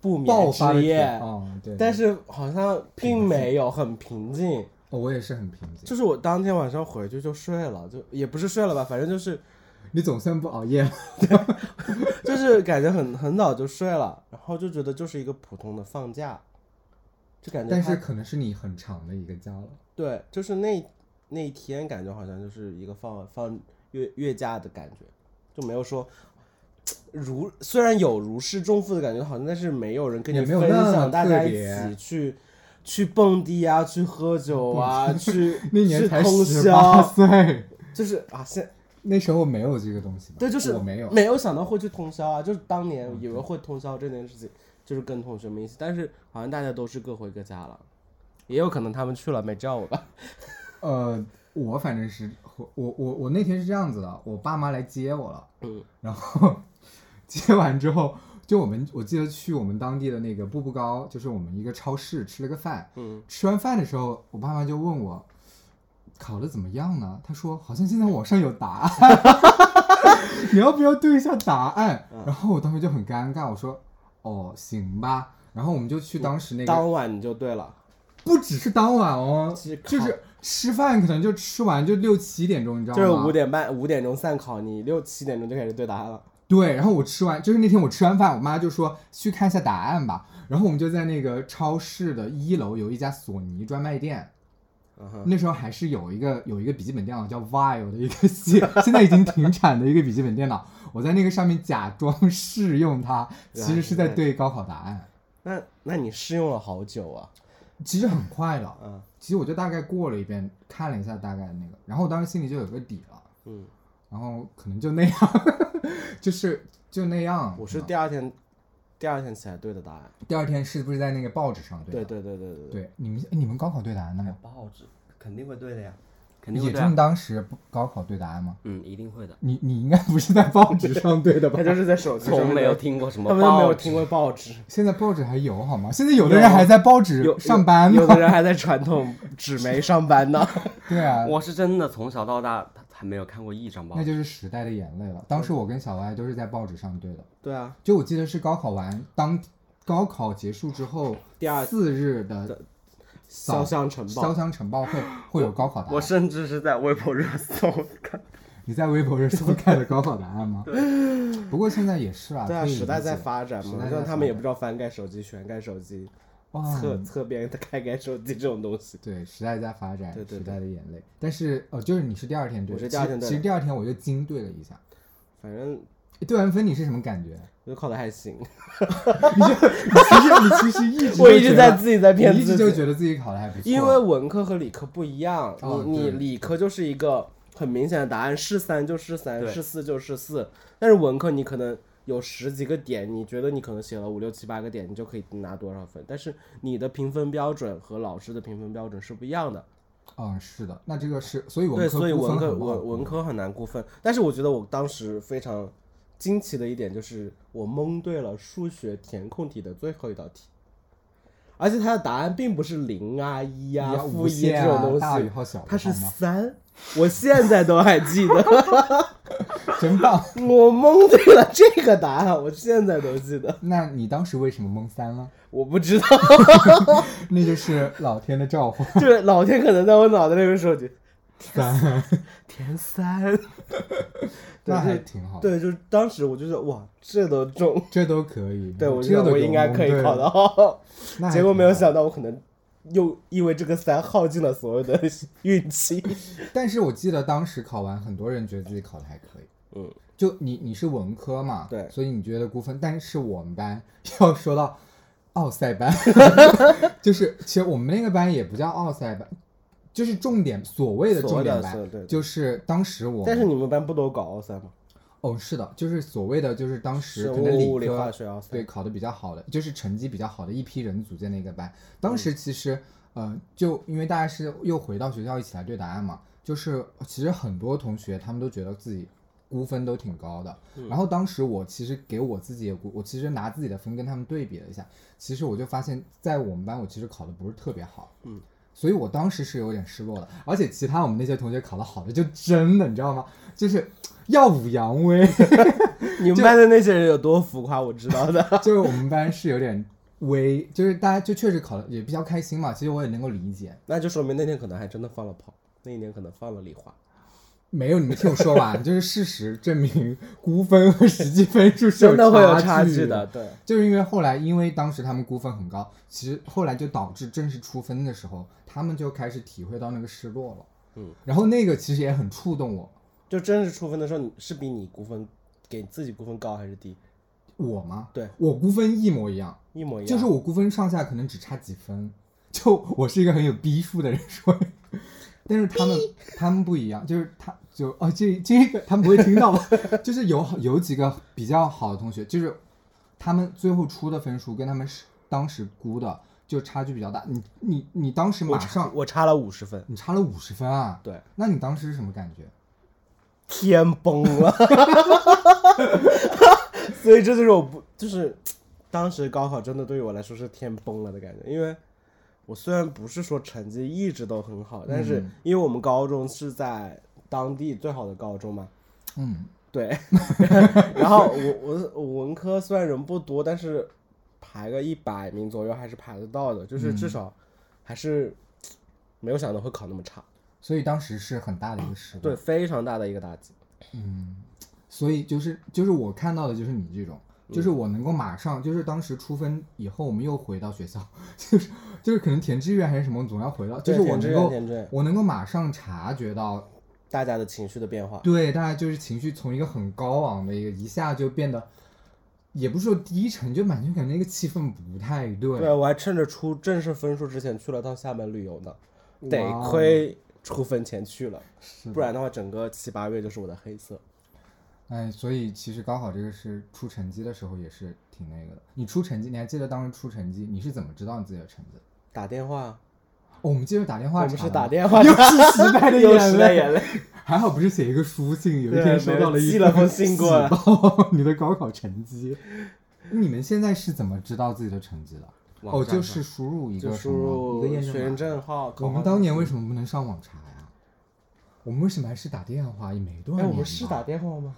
Speaker 1: 不
Speaker 2: 爆
Speaker 1: 眠
Speaker 2: 发的
Speaker 1: 之夜，
Speaker 2: 哦，对。
Speaker 1: 但是好像并没有，很平静。
Speaker 2: 哦，我也是很平静。
Speaker 1: 就是我当天晚上回去就睡了，就也不是睡了吧，反正就是
Speaker 2: 你总算不熬夜了。
Speaker 1: 就是感觉很很早就睡了，然后就觉得就是一个普通的放假，就感觉
Speaker 2: 但
Speaker 1: 它
Speaker 2: 是可能是你很长的一个假了。
Speaker 1: 对，就是那那一天感觉好像就是一个放放月月假的感觉，就没有说如虽然有如释重负的感觉，好像但是没有人跟
Speaker 2: 也
Speaker 1: 你
Speaker 2: 没有
Speaker 1: 分
Speaker 2: 那么
Speaker 1: 享，大
Speaker 2: 特
Speaker 1: 家一
Speaker 2: 别
Speaker 1: 起去。去蹦迪啊，去喝酒啊，去
Speaker 2: 那年
Speaker 1: 去
Speaker 2: 才
Speaker 1: 通
Speaker 2: 十
Speaker 1: 宵，
Speaker 2: 八岁，
Speaker 1: 就是啊，现
Speaker 2: 那时候我没有这个东西吧。
Speaker 1: 对，就是
Speaker 2: 我没有。
Speaker 1: 没有想到会去通宵啊，就是当年以为会通宵这件事情，就是跟同学们一起，但是好像大家都是各回各家了，也有可能他们去了没叫我吧。
Speaker 2: 呃，我反正是我我我我那天是这样子的，我爸妈来接我了，
Speaker 1: 嗯，
Speaker 2: 然后接完之后，就我们我记得去我们当地的那个步步高，就是我们一个超市吃了个饭，
Speaker 1: 嗯，
Speaker 2: 吃完饭的时候，我爸妈就问我考的怎么样呢？他说好像现在网上有答案， 你要不要对一下答案？
Speaker 1: 嗯
Speaker 2: 然后我当时就很尴尬，我说哦行吧，然后我们就去当时那
Speaker 1: 嗯
Speaker 2: 个
Speaker 1: 当嗯晚你就对了，
Speaker 2: 不只是当晚哦，
Speaker 1: 是烤
Speaker 2: 就是吃饭可能就吃完就六七点钟，你知道
Speaker 1: 就
Speaker 2: 吗？
Speaker 1: 是五点半五点钟散考，你六七点钟就开始对答案了。
Speaker 2: 对，然后我吃完，就是那天我吃完饭，我妈就说去看一下答案吧。然后我们就在那个超市的一楼有一家索尼专卖店，
Speaker 1: 嗯哼，
Speaker 2: 那时候还是有一个有一个笔记本电脑叫 Vio 的一个系，现在已经停产的一个笔记本电脑，我在那个上面假装试用它，其实是在对高考答案。
Speaker 1: 那那你试用了好久啊？
Speaker 2: 其实很快了，
Speaker 1: 嗯
Speaker 2: 其实我就大概过了一遍，看了一下大概那个，然后我当时心里就有个底了。
Speaker 1: 嗯，
Speaker 2: 然后可能就那样， 就是就那样。
Speaker 1: 我是
Speaker 2: 第
Speaker 1: 第二天第二天起来对的答案。
Speaker 2: 第二天是不是在那个报纸上
Speaker 1: 对
Speaker 2: 对吧
Speaker 1: 对对对对对。
Speaker 2: 对，你们哎你们高考对答案的吗？
Speaker 3: 报纸肯定会对的呀，肯定会
Speaker 2: 也
Speaker 3: 对啊、
Speaker 2: 正当时不高考对答案吗？
Speaker 3: 嗯，一定会的。
Speaker 2: 你你应该不是在报纸上对的吧
Speaker 1: 他？就是在手机上
Speaker 3: 从
Speaker 1: 面
Speaker 3: 没有
Speaker 1: 对，
Speaker 3: 听过什么
Speaker 1: 他们都没有
Speaker 3: 报
Speaker 1: 听
Speaker 3: 纸，
Speaker 1: 过报纸，
Speaker 2: 现在报纸还有好吗？现在有的人还在报纸
Speaker 1: 有
Speaker 2: 上班
Speaker 1: 有
Speaker 2: 呢。
Speaker 1: 的人还在传统纸媒上班呢。
Speaker 2: 对啊，
Speaker 3: 我是真的从小到大还没有看过一张报
Speaker 2: 那
Speaker 3: 纸。
Speaker 2: 就是时代的眼泪了。当时我跟小歪都是在报纸上对的，
Speaker 1: 对啊，
Speaker 2: 就我记得是高考完当高考结束之后
Speaker 1: 第二
Speaker 2: 四日的
Speaker 1: 潇湘晨
Speaker 2: 潇
Speaker 1: 报，
Speaker 2: 湘晨报会会有高考答案。
Speaker 3: 我甚至是在微博热搜看，
Speaker 2: 你在微博热搜看了高考答案吗？ 不过现在也是啊，
Speaker 1: 对啊，
Speaker 2: 可以
Speaker 1: 时代
Speaker 2: 理解
Speaker 1: 在发展
Speaker 2: 时代
Speaker 1: 嘛，
Speaker 2: 在
Speaker 1: 让他
Speaker 2: 发
Speaker 1: 们也
Speaker 2: 展
Speaker 1: 不知道翻盖手机、旋盖手机、
Speaker 2: 哇
Speaker 1: 侧侧边开盖手机这种东西。
Speaker 2: 对，时代在发展，
Speaker 1: 对对对
Speaker 2: 时代的眼泪。但是哦，就是你是第二天对的，
Speaker 1: 我是第二天
Speaker 2: 其
Speaker 1: 对
Speaker 2: 实其实第二天我就精对了一下，
Speaker 1: 反正
Speaker 2: 对完分你是什么 感觉？
Speaker 1: 我考的还行，
Speaker 2: 你就你其实你其实一直就
Speaker 1: 我一直
Speaker 2: 觉得
Speaker 1: 在自己在骗
Speaker 2: 你一
Speaker 1: 自
Speaker 2: 直就
Speaker 1: 己，
Speaker 2: 觉得自己考的还不错，啊
Speaker 1: 因为文科和理科不一样，
Speaker 2: 哦
Speaker 1: 你你
Speaker 2: 对
Speaker 1: 理科就是一个很明显的答案，是三就是三，
Speaker 3: 对
Speaker 1: 是四就是四，但是文科你可能。有十几个点，你觉得你可能写了五六七八个点，你就可以拿多少分？但是你的评分标准和老师的评分标准是不一样的。
Speaker 2: 嗯是的，那这个是所以文
Speaker 1: 对，
Speaker 2: 科
Speaker 1: 所以
Speaker 2: 估
Speaker 1: 文
Speaker 2: 分
Speaker 1: 科
Speaker 2: 很嗯
Speaker 1: 文
Speaker 2: 高
Speaker 1: 文科很难估分，但是我觉得我当时非常惊奇的一点就是我蒙对了数学填空题的最后一道题，而且它的答案并不是零啊一啊
Speaker 2: 呀
Speaker 1: 负
Speaker 2: 无
Speaker 1: 一这
Speaker 2: 限
Speaker 1: 种
Speaker 2: 啊
Speaker 1: 东西，
Speaker 2: 大于或小于
Speaker 1: 它是
Speaker 2: 好吗
Speaker 1: 三，我现在都还记得，
Speaker 2: 真棒。
Speaker 1: 我蒙对了这个答案，我现在都记得，
Speaker 2: 那你当时为什么蒙三了？
Speaker 1: 我不知道，
Speaker 2: 那就是老天的召唤，
Speaker 1: 就是老天可能在我脑袋里面说句
Speaker 2: 三，
Speaker 1: 填三，对
Speaker 2: 那还
Speaker 1: 就
Speaker 2: 挺好的。
Speaker 1: 对，就是当时我就觉得哇，这都中。
Speaker 2: 这都可以。
Speaker 1: 对，我觉
Speaker 2: 这
Speaker 1: 得
Speaker 2: 都
Speaker 1: 我
Speaker 2: 给
Speaker 1: 应该
Speaker 2: 蒙
Speaker 1: 可以
Speaker 2: 对
Speaker 1: 考
Speaker 2: 了，
Speaker 1: 到，
Speaker 2: 那还
Speaker 1: 结果
Speaker 2: 挺
Speaker 1: 没有
Speaker 2: 好。
Speaker 1: 想到我可能又因为这个三耗尽了所有的运气。
Speaker 2: 但是我记得当时考完，很多人觉得自己考的还可以。
Speaker 1: 嗯，
Speaker 2: 就你你是文科嘛，
Speaker 1: 对
Speaker 2: 所以你觉得估分。但是我们班要说到奥赛班， 就是其实我们那个班也不叫奥赛班，就是重点所谓 的
Speaker 1: 所
Speaker 2: 重
Speaker 1: 谓
Speaker 2: 点
Speaker 1: 的是
Speaker 2: 班，
Speaker 1: 对对
Speaker 2: 就是当时我
Speaker 1: 但是
Speaker 2: 们
Speaker 1: 你们班不都搞奥三吗？
Speaker 2: 哦是的，就是所谓的就是当时
Speaker 1: 生
Speaker 2: 可能
Speaker 1: 物、物
Speaker 2: 理
Speaker 1: 理、
Speaker 2: 科
Speaker 1: 化学奥
Speaker 2: 对
Speaker 1: 三。
Speaker 2: 考的比较好的，就是成绩比较好的一批人组建的一个班。当时其实，呃，就因为大家是又回到学校一起来对答案嘛，就是其实很多同学他们都觉得自己估分都挺高的。然后当时我其实给我自己也估，我其实拿自己的分跟他们对比了一下，其实我就发现，在我们班我其实考的不是特别好。
Speaker 1: 嗯。
Speaker 2: 所以我当时是有点失落的，而且其他我们那些同学考的好的就真的，你知道吗？就是耀武扬威，
Speaker 1: 你们班的那些人有多浮夸，我知 道的。
Speaker 2: 就是我们班是有点微，就是大家就确实考的也比较开心嘛。其实我也能够理解，
Speaker 1: 那就说明那天可能还真的放了炮，那一年可能放了理化。
Speaker 2: 没有，你们听我说完，就是事实证明估分和实际分数是
Speaker 1: 真的会有
Speaker 2: 差
Speaker 1: 差距的，。对，
Speaker 2: 就是因为后来，因为当时他们估分很高，其实后来就导致正式出分的时候，他们就开始体会到那个失落了。
Speaker 1: 嗯，
Speaker 2: 然后那个其实也很触动我，
Speaker 1: 就真是出分的时候，你是比你估分给自己估分高还是低，
Speaker 2: 我吗？
Speaker 1: 对，
Speaker 2: 我估分一模一样，
Speaker 1: 一模一样。
Speaker 2: 就是我估分上下可能只差几分， 就我是一个很有逼数的人说，但是他们他们不一样，就是他就哦这这个他们不会 听到吧？就是有有几个比较好的同学，就是他们最后出的分数跟他们是当时估的就差距比较大，你你你当时马
Speaker 1: 我差
Speaker 2: 上
Speaker 1: 我差了五十分，
Speaker 2: 你差了五十分啊，
Speaker 1: 对，
Speaker 2: 那你当时是什么感觉？
Speaker 1: 天崩了， 所以这就是我不就是当时高考真的对于我来说是天崩了的感觉，因为我虽然不是说成绩一直都很
Speaker 2: 嗯
Speaker 1: 好，但是因为我们高中是在当地最好的高中嘛，
Speaker 2: 嗯，
Speaker 1: 对，然后我我我文科虽然人不多，但是排个一百名左右还是排得到的，
Speaker 2: 嗯
Speaker 1: 就是至少还是没有想到会考那么差，
Speaker 2: 所以当时是很大的一个失落。
Speaker 1: 对，非常大的一个打击。
Speaker 2: 所以就是就是我看到的就是你这种，
Speaker 1: 嗯
Speaker 2: 就是我能够马上就是当时出分以后，我们又回到学校， 就是就是可能填志愿还是什么，总要回到，啊就
Speaker 1: 对
Speaker 2: 是我
Speaker 1: 填志
Speaker 2: 能
Speaker 1: 愿
Speaker 2: 够
Speaker 1: 填志愿
Speaker 2: 我能够马上察觉到，
Speaker 1: 大家的情绪的变化，
Speaker 2: 对，大家就是情绪从一个很高昂的一个一下就变得，也不是说低沉，就感觉感觉那个气氛不太对。
Speaker 1: 对，我还趁着出正式分数之前去了趟厦门旅游呢，得
Speaker 2: 哇哦
Speaker 1: 亏出分前去了，
Speaker 2: 是的
Speaker 1: 不然的话整个七八月就是我的黑色。
Speaker 2: 哎，所以其实高考这个是出成绩的时候也是挺那个的。你出成绩，你还记得当时出成绩，你是怎么知道你自己的成绩的？
Speaker 1: 打电话，
Speaker 2: 哦我们记得打电
Speaker 1: 我
Speaker 2: 话查的
Speaker 1: 们
Speaker 2: 吗，
Speaker 1: 是打电话，
Speaker 2: 又是失败 的
Speaker 1: 又
Speaker 2: 眼
Speaker 1: 时
Speaker 2: 泪，
Speaker 1: 代眼泪，
Speaker 2: 还好不是写一个书信，有一
Speaker 1: 对
Speaker 2: 天收到了一
Speaker 1: 寄了封信过来
Speaker 2: 喜报 你的高考成绩。你们现在是怎么知道自己的成绩的？
Speaker 3: 网
Speaker 2: 哦，
Speaker 3: 站
Speaker 2: 就
Speaker 3: 上
Speaker 2: 是输入一
Speaker 1: 就
Speaker 2: 个什
Speaker 1: 输
Speaker 2: 么
Speaker 1: 入
Speaker 2: 一个验
Speaker 1: 学生
Speaker 2: 码。
Speaker 1: 证号。
Speaker 2: 我们当年为什么不能上网查呀？我们为什么还是打电话？也没多少
Speaker 1: 哎，
Speaker 2: 年吧。
Speaker 1: 我们是打电话吗？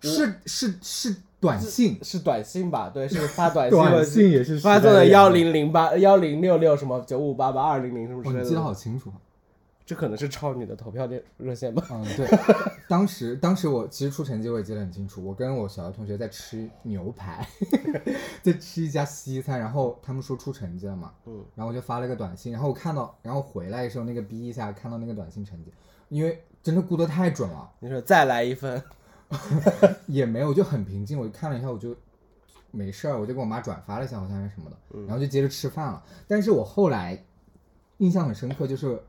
Speaker 2: 是是是短信，
Speaker 1: 是短信吧？对，是发短信。
Speaker 2: 短信也是
Speaker 1: 发
Speaker 2: 时代
Speaker 1: 送的
Speaker 2: 眼
Speaker 1: 幺
Speaker 2: 泪。
Speaker 1: 零零八幺零六六什么九五八八二零零什么之
Speaker 2: 哦，
Speaker 1: 类
Speaker 2: 你
Speaker 1: 的。
Speaker 2: 记得好清楚啊。
Speaker 1: 这可能是超女的投票热热线吧？
Speaker 2: 嗯，对，当时当时我其实出成绩我也记得很清楚，我跟我小学同学在吃牛排， 在吃一家西餐，然后他们说出成绩了嘛，
Speaker 1: 嗯，
Speaker 2: 然后我就发了个短信，然后我看到，然后回来的时候那个逼一下看到那个短信成绩，因为真的估得太准了，
Speaker 1: 你说再来一份，
Speaker 2: 也没有就很平静，我就看了一下我就没事儿，我就给我妈转发了一下好像是什么的，
Speaker 1: 嗯
Speaker 2: 然后就接着吃饭了。但是我后来印象很深刻，就是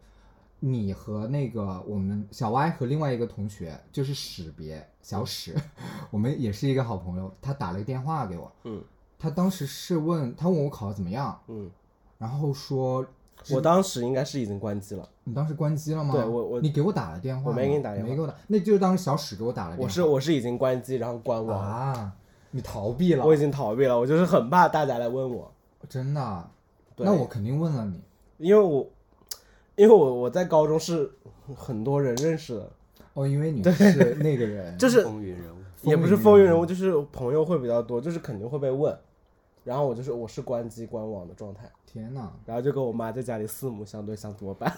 Speaker 2: 你和那个我们小歪和另外一个同学，就是史别小史， 我们也是一个好朋友，他打了个电话给我，
Speaker 1: 嗯
Speaker 2: 他当时是问他问我考的怎么样，
Speaker 1: 嗯，
Speaker 2: 然后说
Speaker 1: 我当时应该是已经关机了，
Speaker 2: 你当时关机了吗？
Speaker 1: 对我我
Speaker 2: 你给我打了电话吗，
Speaker 1: 我没给你打电话
Speaker 2: 没给我打，那就是当时小史给我打了电话，
Speaker 1: 我是我是已经关机，然后关网了，
Speaker 2: 啊，你逃避了，
Speaker 1: 我已经逃避了，我就是很怕大家来问我，
Speaker 2: 真的啊，
Speaker 1: 对
Speaker 2: 那我肯定问了你。
Speaker 1: 因为我因为我我在高中是很多人认识的，
Speaker 2: 哦，因为你是那个哎人，
Speaker 1: 就是
Speaker 3: 风云人物。
Speaker 1: 也不是风云人物，就是朋友会比较多，就是肯定会被问，然后我就是我是关机关网的状态。
Speaker 2: 天哪，
Speaker 1: 然后就跟我妈在家里四目相对，想怎么办？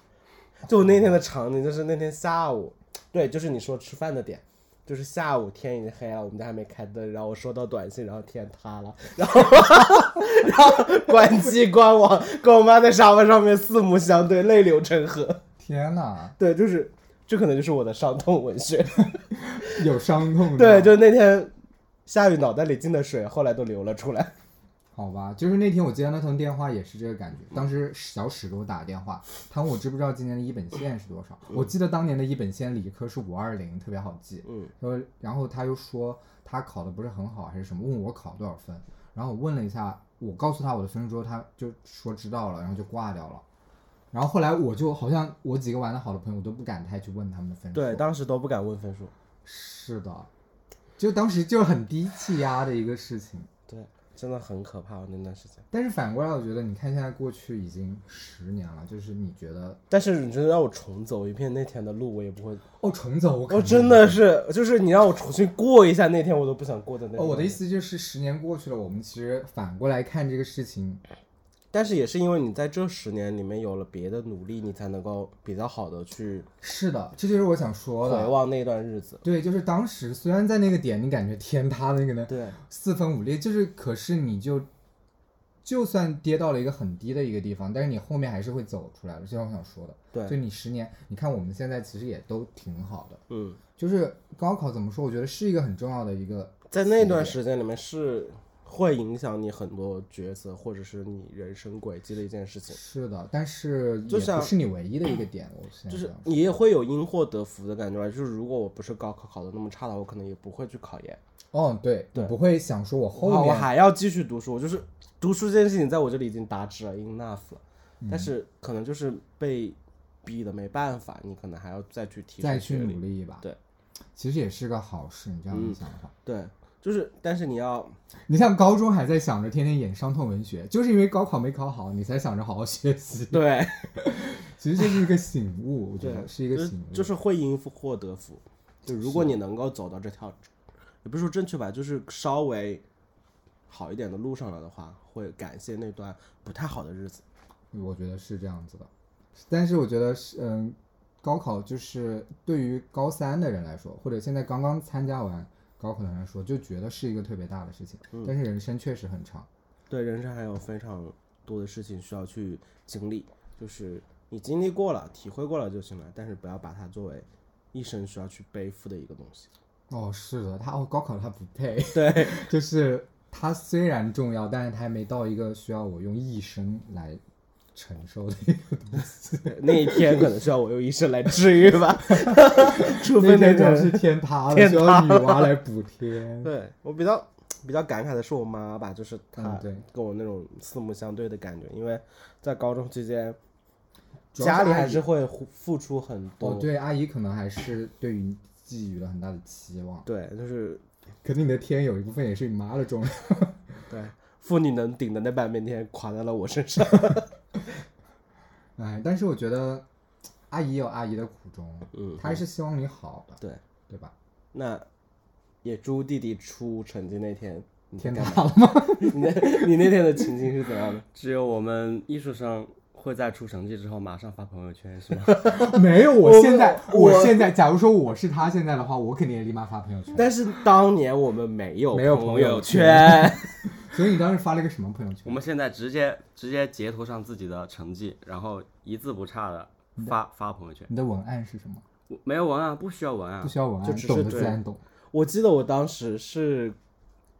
Speaker 1: 就我那天的场景，就是那天下午，对，就是你说吃饭的点，就是下午天已经黑了，我们家还没开灯，然后我收到短信，然后天塌了， 然后然后关机关网，跟我妈在沙发上面四目相对，泪流成河。
Speaker 2: 天哪，
Speaker 1: 对，就是这可能就是我的伤痛文学。
Speaker 2: 有伤痛的。
Speaker 1: 对，就那天下雨，脑袋里进的水后来都流了出来。
Speaker 2: 好吧，就是那天我接到那通电话也是这个感觉。当时小史给我打电话，他问我知不知道今年的一本线是多少。我记得当年的一本线理科是五二零，特别好记。
Speaker 1: 嗯，
Speaker 2: 说，然后他又说他考的不是很好还是什么，问我考多少分。然后我问了一下，我告诉他我的分数之后，他就说知道了，然后就挂掉了。然后后来我就好像我几个玩的好的朋友，我都不敢太去问他们的分数。
Speaker 1: 对，当时都不敢问分数。
Speaker 2: 是的，就当时就是很低气压的一个事情。
Speaker 1: 对，真的很可怕那段时间。
Speaker 2: 但是反过来，我觉得你看现在过去已经十年了，就是你觉得
Speaker 1: 但是你真的让我重走一遍那天的路，我也不会。
Speaker 2: 哦，重走我
Speaker 1: 我、
Speaker 2: 肯定
Speaker 1: 真的是，就是你让我重新过一下那哦天，我都不想过的那种。
Speaker 2: 哦，我的意，思就是十年过去了，我们其实反过来看这个事情，
Speaker 1: 但是也是因为你在这十年里面有了别的努力，你才能够比较好的去
Speaker 2: 是的，这就是我想说
Speaker 1: 回
Speaker 2: 的。
Speaker 1: 望那段日子。
Speaker 2: 对，就是当时虽然在那个点，你感觉天塌了，你可能
Speaker 1: 对，
Speaker 2: 四分五裂，就是可是你就就算跌到了一个很低的一个地方，但是你后面还是会走出来的，就像我想说的。
Speaker 1: 对
Speaker 2: 就你十年，你看我们现在其实也都挺好的，
Speaker 1: 嗯，
Speaker 2: 就是高考怎么说，我觉得是一个很重要的一个
Speaker 1: 在那段时间里面是会影响你很多抉择或者是你人生轨迹的一件事情，
Speaker 2: 是的，但是
Speaker 1: 就
Speaker 2: 也
Speaker 1: 像
Speaker 2: 不是你唯一的一个点，我现在
Speaker 1: 就是啊
Speaker 2: 这样
Speaker 1: 你也会有因祸得福的感觉吧。就是如果我不是高考考的那么差的话，我可能也不会去考研，
Speaker 2: 哦，对，
Speaker 1: 对
Speaker 2: 你不会想说我后
Speaker 1: 啊我
Speaker 2: 面
Speaker 1: 还要继续读书，我就是读书这件事情在我这里已经达至了 enough 了，但
Speaker 2: 嗯
Speaker 1: 是可能就是被逼的没办法，你可能还要再去提升
Speaker 2: 再
Speaker 1: 学
Speaker 2: 去
Speaker 1: 历
Speaker 2: 努力一把。
Speaker 1: 对，
Speaker 2: 其实也是个好事，你这样
Speaker 1: 嗯
Speaker 2: 一想的话，
Speaker 1: 对，就是但是你要
Speaker 2: 你像高中还在想着天天演伤痛文学，就是因为高考没考好，你才想着好好学习。
Speaker 1: 对
Speaker 2: 其实这是一个醒悟，我觉
Speaker 1: 对
Speaker 2: 得是一个
Speaker 1: 就是
Speaker 2: 醒悟。
Speaker 1: 就是会因祸得福。就如果你能够走到这条，也不是说正确吧，就是稍微好一点的路上了的话，会感谢那段不太好的日子。
Speaker 2: 我觉得是这样子的，但是我觉得是嗯，高考就是对于高三的人来说，或者现在刚刚参加完高考的人来说，就觉得是一个特别大的事情。
Speaker 1: 嗯
Speaker 2: 但是人生确实很长，
Speaker 1: 对，人生还有非常多的事情需要去经历，就是你经历过了、体会过了就行了，但是不要把它作为一生需要去背负的一个东西。
Speaker 2: 哦，是的，他哦，高考他不配，对，就是他虽然重要，但是他还没到一个需要我用一生来承受的一个东西。
Speaker 1: 那一天可能需要我用一生来治愈吧， 除非那
Speaker 2: 那天真
Speaker 1: 种
Speaker 2: 的是天塌 了，
Speaker 1: 天
Speaker 2: 需
Speaker 1: 塌
Speaker 2: 要女娲来补 天。
Speaker 1: 对我比较比较感慨的是我妈吧，就是她
Speaker 2: 嗯对
Speaker 1: 跟我那种四目相对的感觉，因为在高中期间，
Speaker 2: 主要
Speaker 1: 家里还
Speaker 2: 阿姨
Speaker 1: 是会付付出很多，
Speaker 2: 哦，对，阿姨可能还是对于你寄予了很大的期望。
Speaker 1: 对，就是
Speaker 2: 可是你的天有一部分也是你妈的重量。
Speaker 1: 对妇女能顶的那半边天垮在了我身上，
Speaker 2: 哎，但是我觉得阿姨有阿姨的苦衷，
Speaker 1: 嗯
Speaker 2: 她还是希望你好的，
Speaker 1: 对，
Speaker 2: 对吧？
Speaker 1: 那也祝弟弟出成绩那天。你在
Speaker 2: 天
Speaker 1: 干嘛？
Speaker 2: 塌了吗？
Speaker 1: 你那 你那天的情景是怎样 的？
Speaker 3: 只有我们艺术生会在出成绩之后马上发朋友圈， 是吗？
Speaker 2: 没有，
Speaker 1: 我
Speaker 2: 我现在，
Speaker 1: 我
Speaker 2: 我现在，假如说我是她现在的话，我肯定也立马发朋友圈。
Speaker 1: 但是当年我们没有
Speaker 2: 没有
Speaker 1: 朋
Speaker 2: 朋
Speaker 1: 友
Speaker 2: 友
Speaker 1: 圈，
Speaker 2: 所以你当时发了一个什么朋友圈？
Speaker 3: 我们现在直接直接截图上自己的成绩，然后一字不差的发发朋友圈，
Speaker 2: 你的文案是什么？
Speaker 3: 我没有文案，不需要文案
Speaker 2: 不，需要文
Speaker 1: 就
Speaker 2: 案，
Speaker 1: 只是
Speaker 2: 懂的
Speaker 1: 对
Speaker 2: 自然懂。
Speaker 1: 我记得我当时是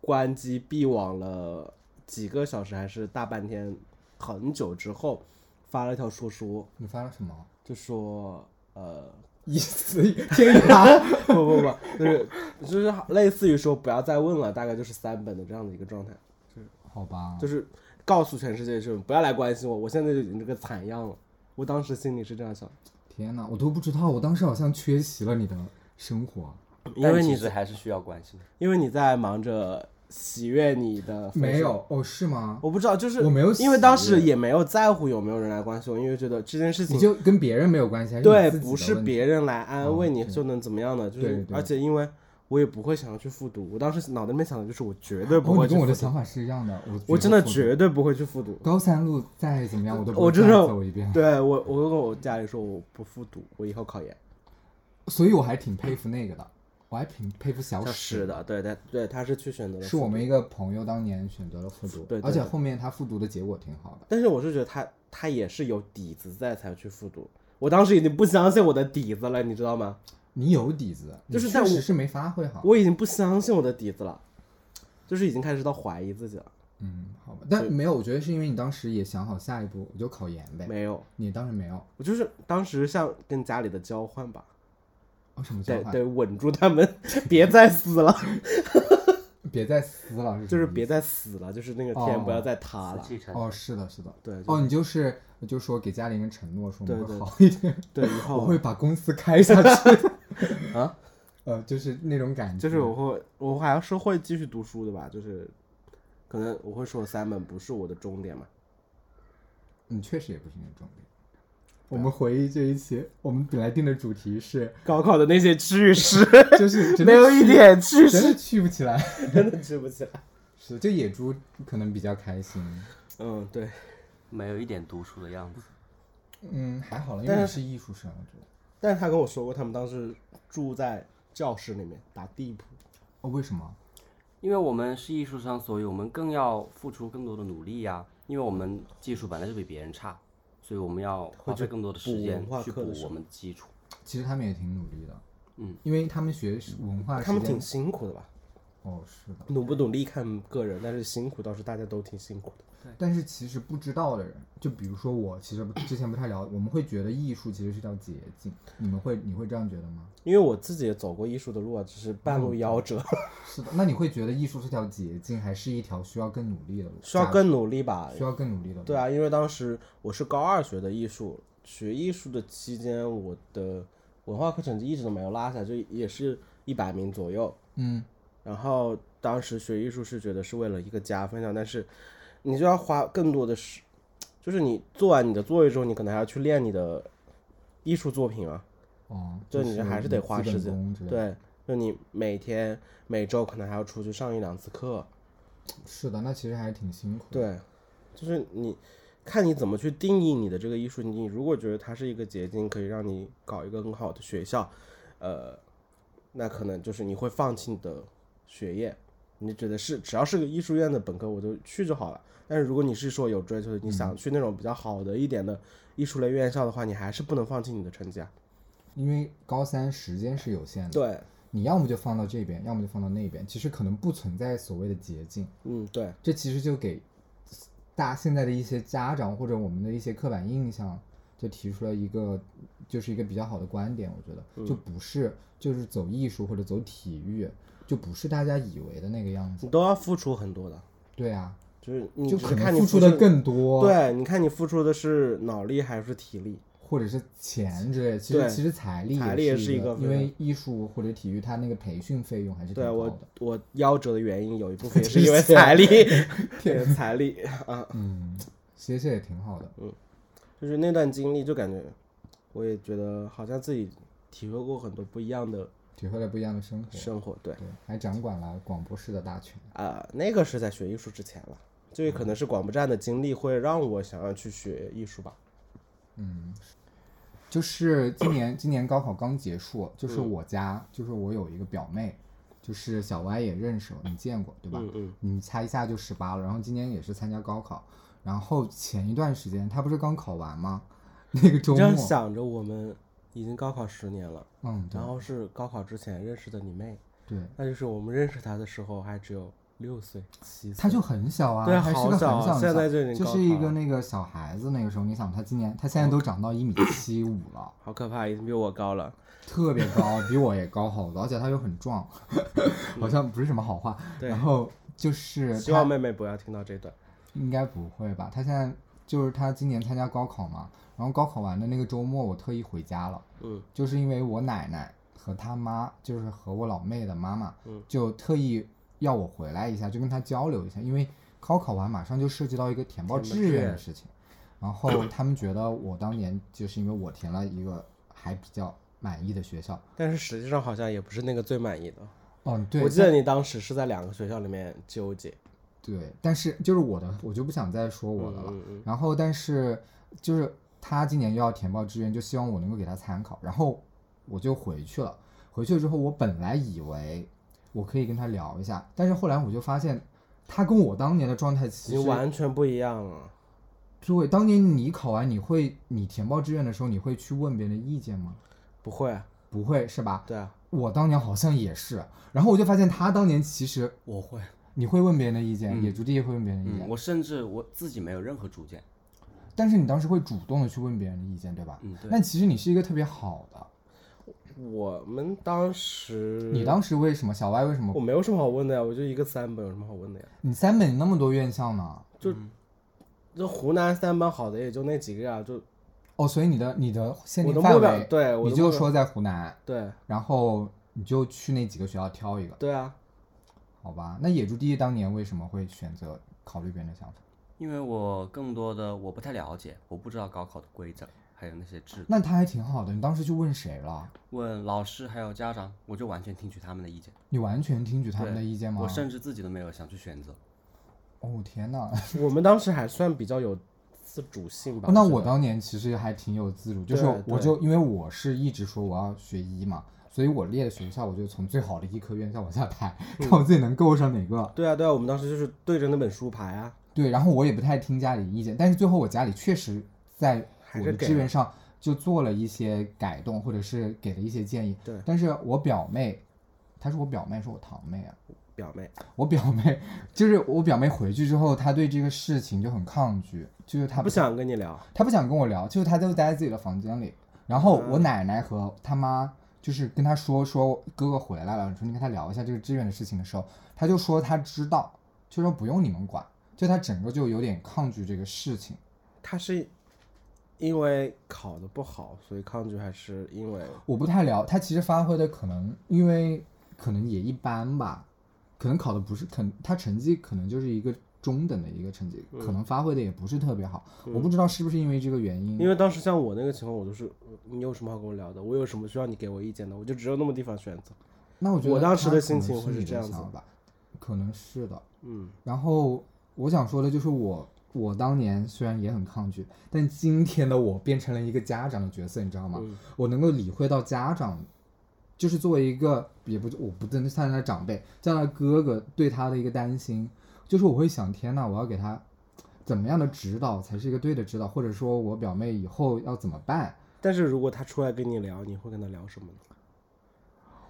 Speaker 1: 关机闭网了几个小时，还是大半天，很久之后发了一条说说，
Speaker 2: 你发了什么？
Speaker 1: 就说呃，
Speaker 2: 以死 天涯。
Speaker 1: 不不不，就是就是类似于说不要再问了，大概就是三本的这样的一个状态，
Speaker 2: 好吧，
Speaker 1: 就是告诉全世界就是不要来关心我，我现在就已经这个惨样了。我当时心里是这样想，
Speaker 2: 天哪，我都不知道，我当时好像缺席了你的生活。
Speaker 1: 因为
Speaker 3: 但其
Speaker 1: 你
Speaker 3: 实还是需要关心的。
Speaker 1: 因为你在忙着喜悦你的呃分手
Speaker 2: 没有哦，是吗？
Speaker 1: 我不知道，就是
Speaker 2: 我没有
Speaker 1: 因为当
Speaker 2: 喜悦
Speaker 1: 时也没有在乎有没有人来关心我，因为觉得这件事
Speaker 2: 你
Speaker 1: 情
Speaker 2: 就跟别人没有关系，还是
Speaker 1: 对
Speaker 2: 你自己的
Speaker 1: 不是
Speaker 2: 问题
Speaker 1: 别人来安慰
Speaker 2: 哦
Speaker 1: 你
Speaker 2: 对
Speaker 1: 就能怎么样的，就
Speaker 2: 对
Speaker 1: 是
Speaker 2: 对对
Speaker 1: 而且因为我也不会想要去复读，我当时脑袋里面想的就是我绝对不
Speaker 2: 哦，
Speaker 1: 会
Speaker 2: 你
Speaker 1: 去
Speaker 2: 跟我的
Speaker 1: 复读，
Speaker 2: 想法是一样的，我
Speaker 1: 我真的
Speaker 2: 觉得
Speaker 1: 绝对不会去复读，
Speaker 2: 高三路再怎么样，我都不
Speaker 1: 我
Speaker 2: 会
Speaker 1: 真
Speaker 2: 再
Speaker 1: 的
Speaker 2: 走一遍。
Speaker 1: 对我我跟我家里说我不复读，我以后考研。
Speaker 2: 所以我还挺佩服那个的，我还挺佩服小
Speaker 1: 他
Speaker 2: 史
Speaker 1: 是，的，对对对，他是去选择了
Speaker 2: 是
Speaker 1: 复
Speaker 2: 我
Speaker 1: 读，
Speaker 2: 们一个朋友当年选择了复读，
Speaker 1: 对对
Speaker 2: 而且后面他复读的结果挺好的。
Speaker 1: 但是我是觉得他他也是有底子在才去复读，我当时已经不相信我的底子了，你知道吗？
Speaker 2: 你有底子，
Speaker 1: 就是
Speaker 2: 你
Speaker 1: 但
Speaker 2: 确
Speaker 1: 我
Speaker 2: 实是没发挥好。
Speaker 1: 我已经不相信我的底子了，就是已经开始到怀疑自己了。
Speaker 2: 嗯，好吧，但没有，我觉得是因为你当时也想好下一步，我就考研呗。
Speaker 1: 没有，
Speaker 2: 你当时没有，
Speaker 1: 我就是当时像跟家里的交换吧，
Speaker 2: 哦，什么交
Speaker 1: 得
Speaker 2: 换？
Speaker 1: 得稳住他们， 别再死了，
Speaker 2: 别再撕了，是
Speaker 1: 就是
Speaker 2: 什么意思
Speaker 1: 别再死了，就是那个天
Speaker 2: 嗯哦
Speaker 1: 不要再塌了。
Speaker 3: 死气沉
Speaker 2: 哦，是的，是的，
Speaker 1: 对就
Speaker 2: 哦，你就是就说给家里人承诺说我
Speaker 1: 对
Speaker 2: 们会
Speaker 1: 对
Speaker 2: 好一点，
Speaker 1: 对，以
Speaker 2: 我
Speaker 1: 后
Speaker 2: 会把公司开下去
Speaker 1: 啊，
Speaker 2: 呃，就是那种感觉，
Speaker 1: 就是我会，我还是会继续读书的吧，就是可能我会说三本不是我的终点嘛，
Speaker 2: 你确实也不是那种人。
Speaker 1: 啊
Speaker 2: 我们回忆这一期，我们本来定的主题是，
Speaker 1: 高考的那些趣事
Speaker 2: 就是真的
Speaker 1: 没有一
Speaker 2: 去，
Speaker 1: 点趣
Speaker 2: 真
Speaker 1: 事，
Speaker 2: 的去不起来。
Speaker 1: 真的吃不起来。
Speaker 2: 是，就野猪可能比较开心，
Speaker 1: 嗯，对，
Speaker 3: 没有一点读书的样子。
Speaker 4: 嗯，还好了，因
Speaker 1: 但
Speaker 4: 为
Speaker 1: 是
Speaker 4: 你是艺术
Speaker 2: 啊
Speaker 4: 生，我觉得。
Speaker 1: 但是他跟我说过，他们当时住在教室里面打地铺，
Speaker 2: 哦，为什么？
Speaker 3: 因为我们是艺术生，所以我们更要付出更多的努力呀、因为我们技术本来就比别人差，所以我们要花费更多的时间
Speaker 1: 补文化
Speaker 3: 去
Speaker 1: 课
Speaker 3: 补
Speaker 1: 的时
Speaker 3: 我
Speaker 1: 候
Speaker 3: 们的基础。
Speaker 2: 其实他们也挺努力的，
Speaker 3: 嗯，
Speaker 2: 因为他们学文化时间，
Speaker 1: 他们挺辛苦的吧？
Speaker 2: 哦，是的，
Speaker 1: 努不努力看个人，但是辛苦倒是大家都挺辛苦的。
Speaker 2: 但是其实不知道的人，就比如说我，其实不之前不太了，我们会觉得艺术其实是条捷径，你们会你会这样觉得吗？
Speaker 1: 因为我自己也走过艺术的路啊，只是半路夭折，
Speaker 2: 是的，那你会觉得艺术是条捷径，还是一条需要更努力的路？
Speaker 1: 需要更努力吧
Speaker 2: 加需。要更努力的路？
Speaker 1: 对，啊，因为当时我是高二学的艺术，学艺术的期间，我的文化课成绩一直都没有拉下来，就也是一百名左右。
Speaker 2: 嗯，
Speaker 1: 然后当时学艺术是觉得是为了一个加分项，但是你就要花更多的时，就是你做完你的作业之后，你可能还要去练你的艺术作品啊，
Speaker 2: 哦，
Speaker 1: 就是你还是得花
Speaker 2: 基
Speaker 1: 时
Speaker 2: 本
Speaker 1: 间
Speaker 2: 功之类的。
Speaker 1: 对，就你每天每周可能还要出去上一两次课，
Speaker 2: 是的，那其实还是挺辛苦的。
Speaker 1: 对，就是你看你怎么去定义你的这个艺术，你如果觉得它是一个捷径，可以让你搞一个很好的学校，呃，那可能就是你会放弃你的学业，你就觉得是只要是个艺术院的本科我就去就好了。但是如果你是说有追求的，你
Speaker 2: 嗯
Speaker 1: 想去那种比较好的一点的艺术类院校的话，你还是不能放弃你的成绩啊。
Speaker 2: 因为高三时间是有限的，
Speaker 1: 对，
Speaker 2: 你要么就放到这边，要么就放到那边，其实可能不存在所谓的捷径。
Speaker 1: 嗯，对，
Speaker 2: 这其实就给大现在的一些家长或者我们的一些刻板印象，就提出了一个就是一个比较好的观点，我觉
Speaker 1: 嗯
Speaker 2: 得就不是就是走艺术或者走体育，就不是大家以为的那个样子
Speaker 1: 你。都要付出很多的，
Speaker 2: 对啊，
Speaker 1: 就是你
Speaker 2: 就
Speaker 1: 只
Speaker 2: 可
Speaker 1: 是看
Speaker 2: 能
Speaker 1: 你
Speaker 2: 付出的
Speaker 1: 是
Speaker 2: 更多，，
Speaker 1: 对，你看你付出的是脑力还是体力？
Speaker 2: 或者是钱之类的。其
Speaker 1: 对
Speaker 2: 实其实财力
Speaker 1: 财力也是
Speaker 2: 一
Speaker 1: 一个
Speaker 2: 因为艺术或者体育它那个培训费用还是挺
Speaker 1: 对啊
Speaker 2: 高
Speaker 1: 我
Speaker 2: 的。
Speaker 1: 我夭折的原因有一部分也 是因为财力， 因为财力啊，
Speaker 2: 嗯，其实这也挺好的。
Speaker 1: 就是那段经历就感觉，我也觉得好像自己体会过很多不一样的
Speaker 2: 体会了不一样的生活，
Speaker 1: 生活。对
Speaker 2: 对，还掌管了广播室的大权。
Speaker 1: 啊、那个是在学艺术之前了，就可
Speaker 2: 嗯
Speaker 1: 能是广播站的经历会让我想要去学艺术吧。
Speaker 2: 嗯，就是 今年今年高考刚结束，就是
Speaker 1: 嗯
Speaker 2: 我家，就是我有一个表妹，就是小歪也认识，你见过对吧？
Speaker 1: 嗯嗯
Speaker 2: 你猜一下就十八了，然后今年也是参加高考，然后前一段时间她不是刚考完吗？ 那个周
Speaker 1: 你这样
Speaker 2: 末，
Speaker 1: 想着，我们已经高考十年了，
Speaker 2: 嗯，对
Speaker 1: 然后是高考之前认识的你妹，
Speaker 2: 对，
Speaker 1: 那就是我们认识她的时候还只有六岁、七岁。
Speaker 2: 她就很小啊，
Speaker 1: 对啊
Speaker 2: 她是
Speaker 1: 好
Speaker 2: 个很
Speaker 1: 小啊
Speaker 2: 小很
Speaker 1: 现在
Speaker 2: 小
Speaker 1: 就已经
Speaker 2: 就
Speaker 1: 高
Speaker 2: 是一
Speaker 1: 考哦
Speaker 2: 个
Speaker 1: 了
Speaker 2: 那个小孩子，那个时候你想她今年，她现在都长到一米七五了。
Speaker 1: 好可怕，已经比我高了。
Speaker 2: 特别高，比我也高好多，而且他又很 壮，好像不是什么好话。
Speaker 1: 嗯对
Speaker 2: 然后就是
Speaker 1: 希望
Speaker 2: 他
Speaker 1: 妹妹不要听到这段。
Speaker 2: 应该不会吧？他现在就是他今年参加高考嘛，然后高考完的那个周末，我特意回家了，
Speaker 1: 嗯，
Speaker 2: 就是因为我奶奶和他妈，就是和我老妹的妈妈，
Speaker 1: 嗯
Speaker 2: 就特意要我回来一下，就跟她交流一下，因为高考完马上就涉及到一个填报
Speaker 1: 填报
Speaker 2: 志
Speaker 1: 志
Speaker 2: 愿的
Speaker 1: 愿
Speaker 2: 事情，然后他们觉得我当年就是因为我填了一个还比较满意的学校。
Speaker 1: 但是实际上好像也不是那个最满意的。
Speaker 2: 嗯，对，
Speaker 1: 我记得你当时是在两个学校里面纠结。
Speaker 2: 对，但是就是我的，我就不想再说我的了。
Speaker 1: 嗯嗯
Speaker 2: 然后，但是就是他今年又要填报志愿，就希望我能够给他参考。然后我就回去了。回去之后，我本来以为我可以跟他聊一下，但是后来我就发现，他跟我当年的状态其
Speaker 1: 你
Speaker 2: 实
Speaker 1: 完全不一样了。
Speaker 2: 对。当年你考完，你会你填报志愿的时候，你会去问别人的意见吗？
Speaker 1: 不会啊，
Speaker 2: 不会是吧？
Speaker 1: 对啊，
Speaker 2: 我当年好像也是。然后我就发现他当年其实
Speaker 3: 我会，
Speaker 2: 你会问别人的意见，
Speaker 3: 嗯
Speaker 2: 野猪弟也会问别人的意见
Speaker 3: 嗯，，我甚至我自己没有任何主见。
Speaker 2: 但是你当时会主动的去问别人的意见，对吧？
Speaker 3: 嗯，对
Speaker 2: 那。其实你是一个特别好的。
Speaker 1: 我们当时
Speaker 2: 你当时为什么小歪为什么
Speaker 1: 我没有什么好问的呀，我就一个三本，有什么好问的呀？
Speaker 2: 你三本那么多院校呢？
Speaker 1: 就湖南三本好的也就那几个呀，就
Speaker 2: 哦，所以你的你的限
Speaker 1: 我的
Speaker 2: 定范
Speaker 1: 目标
Speaker 2: 围，
Speaker 1: 对我的
Speaker 2: 你就
Speaker 1: 目标
Speaker 2: 说在湖南，
Speaker 1: 对
Speaker 2: 然后你就去那几个学校挑一个，
Speaker 1: 对 啊，
Speaker 2: 好吧？那野猪弟当年为什么会选择考虑别人的想法？
Speaker 3: 因为我更多的我不太了解，我不知道高考的规则，还有那些制度。
Speaker 2: 那他还挺好的，你当时去问谁了？
Speaker 3: 问老师还有家长，我就完全听取他们的意见，
Speaker 2: 你完全听取他们的
Speaker 3: 对
Speaker 2: 意见吗？
Speaker 3: 我甚至自己都没有想去选择。
Speaker 2: 哦天哪，
Speaker 1: 我们当时还算比较有自主性吧。
Speaker 2: 那我
Speaker 1: 觉得
Speaker 2: 当年其实还挺有自主，就是
Speaker 1: 对
Speaker 2: 我
Speaker 1: 对
Speaker 2: 就因为我是一直说我要学医嘛，所以我列的学校我就从最好的医科院校往下排，
Speaker 1: 嗯
Speaker 2: 看我自己能够上哪个。
Speaker 1: 对啊对啊，我们当时就是对着那本书排啊，
Speaker 2: 对，然后我也不太听家里意见，但是最后我家里确实在
Speaker 1: 还
Speaker 2: 我
Speaker 1: 是
Speaker 2: 的
Speaker 1: 给
Speaker 2: 志
Speaker 1: 了
Speaker 2: 愿上就做了一些改动，或者是给了一些建议。
Speaker 1: 对
Speaker 2: 但是我表妹，她是我表妹，是我堂妹啊。
Speaker 1: 表妹。
Speaker 2: 我表妹 就是我表妹回去之后，她对这个事情就很抗拒，就是她
Speaker 1: 不想跟你聊，
Speaker 2: 他不想跟我聊，就是他就待在自己的房间里。然后
Speaker 1: 嗯
Speaker 2: 我奶奶和他妈就是跟他说说哥哥回来了，说你跟他聊一下这个志愿的事情的时候，他就说他知道，就说不用你们管，就他整个就有点抗拒这个事情。
Speaker 1: 他是因为考的不好，所以抗拒，还是因为
Speaker 2: 我不太聊，他其实发挥的可能因为可能也一般吧，可能考的不是，可能他成绩可能就是一个中等的一个成绩，
Speaker 1: 嗯
Speaker 2: 可能发挥的也不是特别好。我不知道是不是因为这个原因，
Speaker 1: 因为当时像我那个情况，我就是呃你有什么好跟我聊的，我有什么需要你给我意见的，我就只有那么地方选择。
Speaker 2: 那我觉得
Speaker 1: 我当时
Speaker 2: 他
Speaker 1: 的
Speaker 2: 可
Speaker 1: 心
Speaker 2: 能
Speaker 1: 情会
Speaker 2: 是
Speaker 1: 是
Speaker 2: 你
Speaker 1: 这样子
Speaker 2: 想法，可能是的。
Speaker 1: 嗯，
Speaker 2: 然后我想说的就是我，我当年虽然也很抗拒，但今天的我变成了一个家长的角色，你知道吗？
Speaker 1: 嗯
Speaker 2: 我能够理会到家长，就是作为一个也不我不能算他的长辈，叫他哥哥对他的一个担心，就是我会想，天呐，我要给他怎么样的指导才是一个对的指导，或者说我表妹以后要怎么办？
Speaker 1: 但是如果他出来跟你聊，你会跟他聊什么呢？